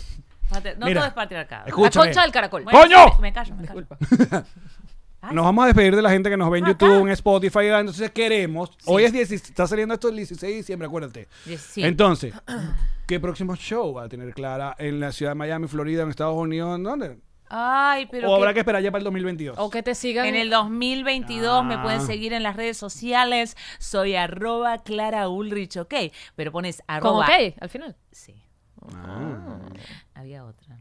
Speaker 5: Pater- No
Speaker 1: Mira.
Speaker 5: todo es patriarcado.
Speaker 1: Escu- Escúchame.
Speaker 2: La concha del caracol.
Speaker 5: Bueno,
Speaker 1: ¡Coño!
Speaker 5: Me, me callo, me callo. Ay.
Speaker 1: Nos vamos a despedir de la gente que nos ve en
Speaker 5: Ah,
Speaker 1: YouTube,
Speaker 5: acá.
Speaker 1: en Spotify. Entonces queremos. Hoy es 16, está saliendo esto el 16 de diciembre, acuérdate.
Speaker 5: Diez- sí.
Speaker 1: Entonces, ¿qué próximo show va a tener Clara en la ciudad de Miami, Florida, en Estados Unidos? ¿En dónde?
Speaker 5: Ay, pero.
Speaker 1: o
Speaker 5: qué-
Speaker 1: habrá que esperar ya para el 2022.
Speaker 2: O que te sigan.
Speaker 5: En el 2022 me
Speaker 1: Ah.
Speaker 5: pueden seguir en las redes sociales. Soy arroba Clara Ulrich, ok. Pero pones
Speaker 2: Con
Speaker 5: arroba.
Speaker 2: ok, al final.
Speaker 5: Sí.
Speaker 1: Ah.
Speaker 5: Ah, Había otra.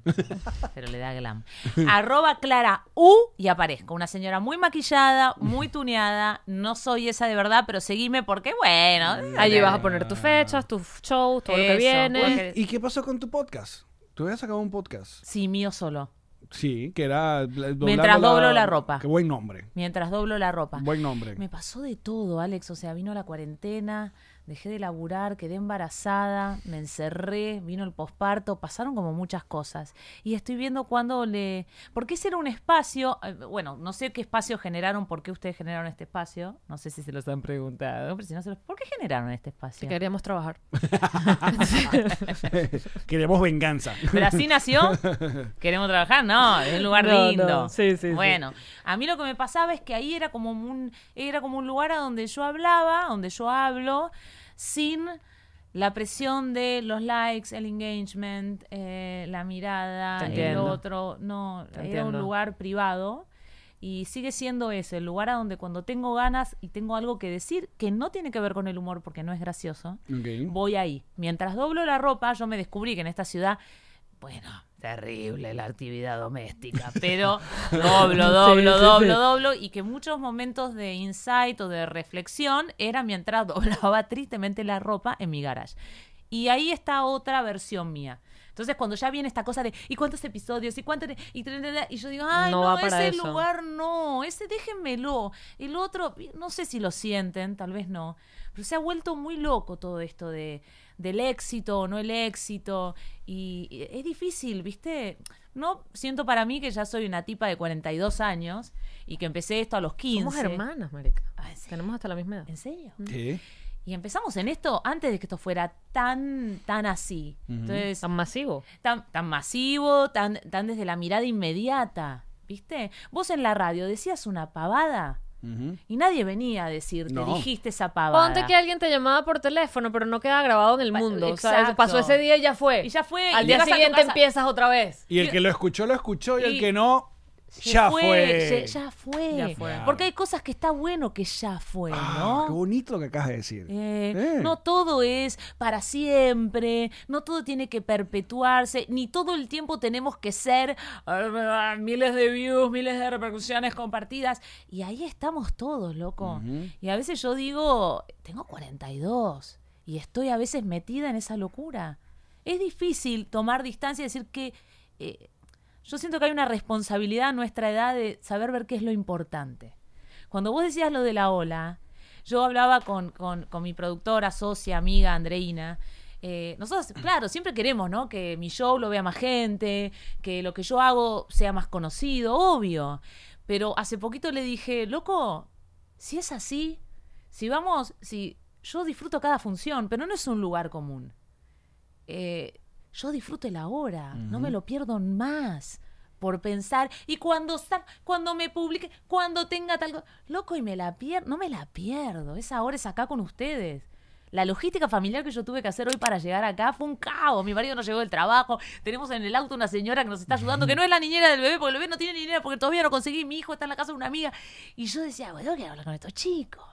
Speaker 5: Pero le da glam. Arroba Clara U y aparezco. Una señora muy maquillada, muy tuneada. No soy esa de verdad, pero seguime porque, bueno.
Speaker 2: Allí vas a poner tus fechas, tus shows, todo lo que
Speaker 5: Eso,
Speaker 2: viene.
Speaker 5: cualquier-
Speaker 1: ¿Y qué pasó con tu podcast? Tú habías sacado un podcast.
Speaker 5: Sí, mío solo.
Speaker 1: Sí, que era.
Speaker 5: Mientras doblo la ropa.
Speaker 1: Qué buen nombre.
Speaker 5: Mientras doblo la ropa.
Speaker 1: Buen nombre.
Speaker 5: Me pasó de todo, Alex. O sea, vino la cuarentena, dejé de laburar, quedé embarazada, me encerré, vino el posparto, pasaron como muchas cosas. Y estoy viendo cuándo le. Porque ese era un espacio. eh, Bueno, no sé qué espacio generaron, por qué ustedes generaron este espacio. No sé si se los han preguntado, pero si no se los. ¿Por qué generaron este
Speaker 2: Que
Speaker 5: espacio?
Speaker 2: queríamos trabajar.
Speaker 1: Queremos venganza.
Speaker 5: Pero así nació. ¿Queremos trabajar? No, es un lugar
Speaker 2: No, no.
Speaker 5: lindo.
Speaker 2: Sí, sí, sí.
Speaker 5: Bueno, a mí lo que me pasaba es que ahí era como un, era como un lugar a donde yo hablaba, donde yo hablo, sin la presión de los likes, el engagement, eh, la mirada,
Speaker 2: Te
Speaker 5: el
Speaker 2: entiendo.
Speaker 5: otro. No, era
Speaker 2: entiendo.
Speaker 5: un lugar privado. Y sigue siendo ese, el lugar a donde cuando tengo ganas y tengo algo que decir, que no tiene que ver con el humor porque no es gracioso,
Speaker 1: Ok.
Speaker 5: voy ahí. Mientras doblo la ropa, yo me descubrí que en esta ciudad, bueno, terrible la actividad doméstica, pero doblo, doblo,
Speaker 2: sí,
Speaker 5: doblo,
Speaker 2: sí.
Speaker 5: doblo, y que muchos momentos de insight o de reflexión era mientras doblaba tristemente la ropa en mi garage. Y ahí está otra versión mía. Entonces, cuando ya viene esta cosa de, ¿y cuántos episodios? ¿Y cuánto? Y, tra, tra, tra, y yo digo, ay,
Speaker 2: No
Speaker 5: no,
Speaker 2: va para
Speaker 5: ese
Speaker 2: eso.
Speaker 5: lugar no, ese déjenmelo. El otro, no sé si lo sienten, tal vez no, pero se ha vuelto muy loco todo esto de, del éxito o no el éxito. Y, y es difícil, ¿viste? No, siento para mí que ya soy una tipa de 42 años y que empecé esto a los 15.
Speaker 2: Somos hermanas, Mm. marica.
Speaker 5: Ay, sí.
Speaker 2: Tenemos hasta la misma edad.
Speaker 5: ¿En serio?
Speaker 1: Sí.
Speaker 5: Y empezamos en esto antes de que esto fuera tan, tan así. Entonces,
Speaker 2: Tan masivo.
Speaker 5: tan, tan masivo, tan, tan desde la mirada inmediata. ¿Viste? Vos en la radio decías una pavada
Speaker 1: Ujú.
Speaker 5: y nadie venía a decirte,
Speaker 1: No.
Speaker 5: dijiste esa pavada.
Speaker 2: Ponte que alguien te llamaba por teléfono, pero no queda grabado en el
Speaker 5: Pa-
Speaker 2: mundo. O sea,
Speaker 5: exacto.
Speaker 2: pasó ese día y ya fue.
Speaker 5: Y ya fue,
Speaker 2: Al
Speaker 5: y
Speaker 2: día
Speaker 5: llegas a tu
Speaker 2: siguiente
Speaker 5: casa-
Speaker 2: empiezas otra vez.
Speaker 1: Y el que lo escuchó, lo escuchó, y, el
Speaker 5: Y-
Speaker 1: que no,
Speaker 5: Se
Speaker 1: ya
Speaker 5: fue,
Speaker 1: fue.
Speaker 5: se- ya fue.
Speaker 2: Ya fue.
Speaker 5: Porque hay cosas que está bueno que ya fue,
Speaker 1: Ah,
Speaker 5: ¿no?
Speaker 1: Qué bonito lo que acabas de decir.
Speaker 5: Eh,
Speaker 1: Eh.
Speaker 5: No todo es para siempre, no todo tiene que perpetuarse, ni todo el tiempo tenemos que ser ah, miles de views, miles de repercusiones compartidas. Y ahí estamos todos, loco. Y a veces yo digo, tengo 42 y estoy a veces metida en esa locura. Es difícil tomar distancia y decir que... eh, yo siento que hay una responsabilidad a nuestra edad de saber ver qué es lo importante. Cuando vos decías lo de la ola, yo hablaba con, con- con mi productora, socia, amiga, Andreina. Eh, nosotros, claro, siempre queremos, ¿no? Que mi show lo vea más gente, que lo que yo hago sea más conocido, obvio. Pero hace poquito le dije, loco, si es así, si vamos, si yo disfruto cada función, pero no es un lugar común eh, yo disfruto el ahora, no me lo pierdo más por pensar y cuando sal- cuando me publique, cuando tenga tal co- loco y me la pierdo, no me la pierdo, esa hora es acá con ustedes. La logística familiar que yo tuve que hacer hoy para llegar acá fue un caos. Mi marido no llegó del trabajo. Tenemos en el auto una señora que nos está ayudando, que no es la niñera del bebé, porque el bebé no tiene niñera, porque todavía no conseguí. Mi hijo está en la casa de una amiga. Y yo decía, bueno, tengo que hablar con estos chicos.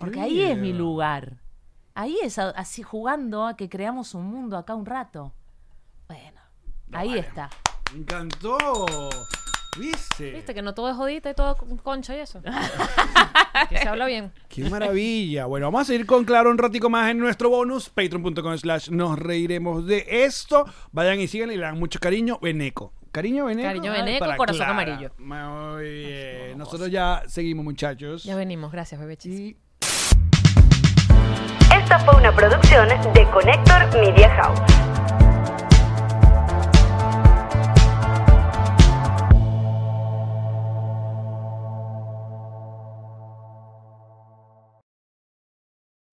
Speaker 5: Porque ahí es mi lugar. Ahí es a- así jugando a que creamos un mundo acá un rato. Bueno, ahí está.
Speaker 1: Me encantó. ¿Viste?
Speaker 2: Viste que no todo es jodita y todo con- concha y eso. que se habla bien.
Speaker 1: Qué maravilla. Bueno, vamos a seguir con Claro un ratico más en nuestro bonus. Patreon.com slash nos reiremos de esto. Vayan y síganle y le dan mucho cariño. Veneco. Cariño, Veneco.
Speaker 2: Cariño,
Speaker 1: Ay,
Speaker 2: Veneco,
Speaker 1: para
Speaker 2: corazón
Speaker 1: Clara.
Speaker 2: amarillo.
Speaker 1: Muy bien. Nosotros ya seguimos, muchachos.
Speaker 2: Ya venimos, gracias, bebechis.
Speaker 1: Y
Speaker 6: Esta fue una producción de Connector Media House.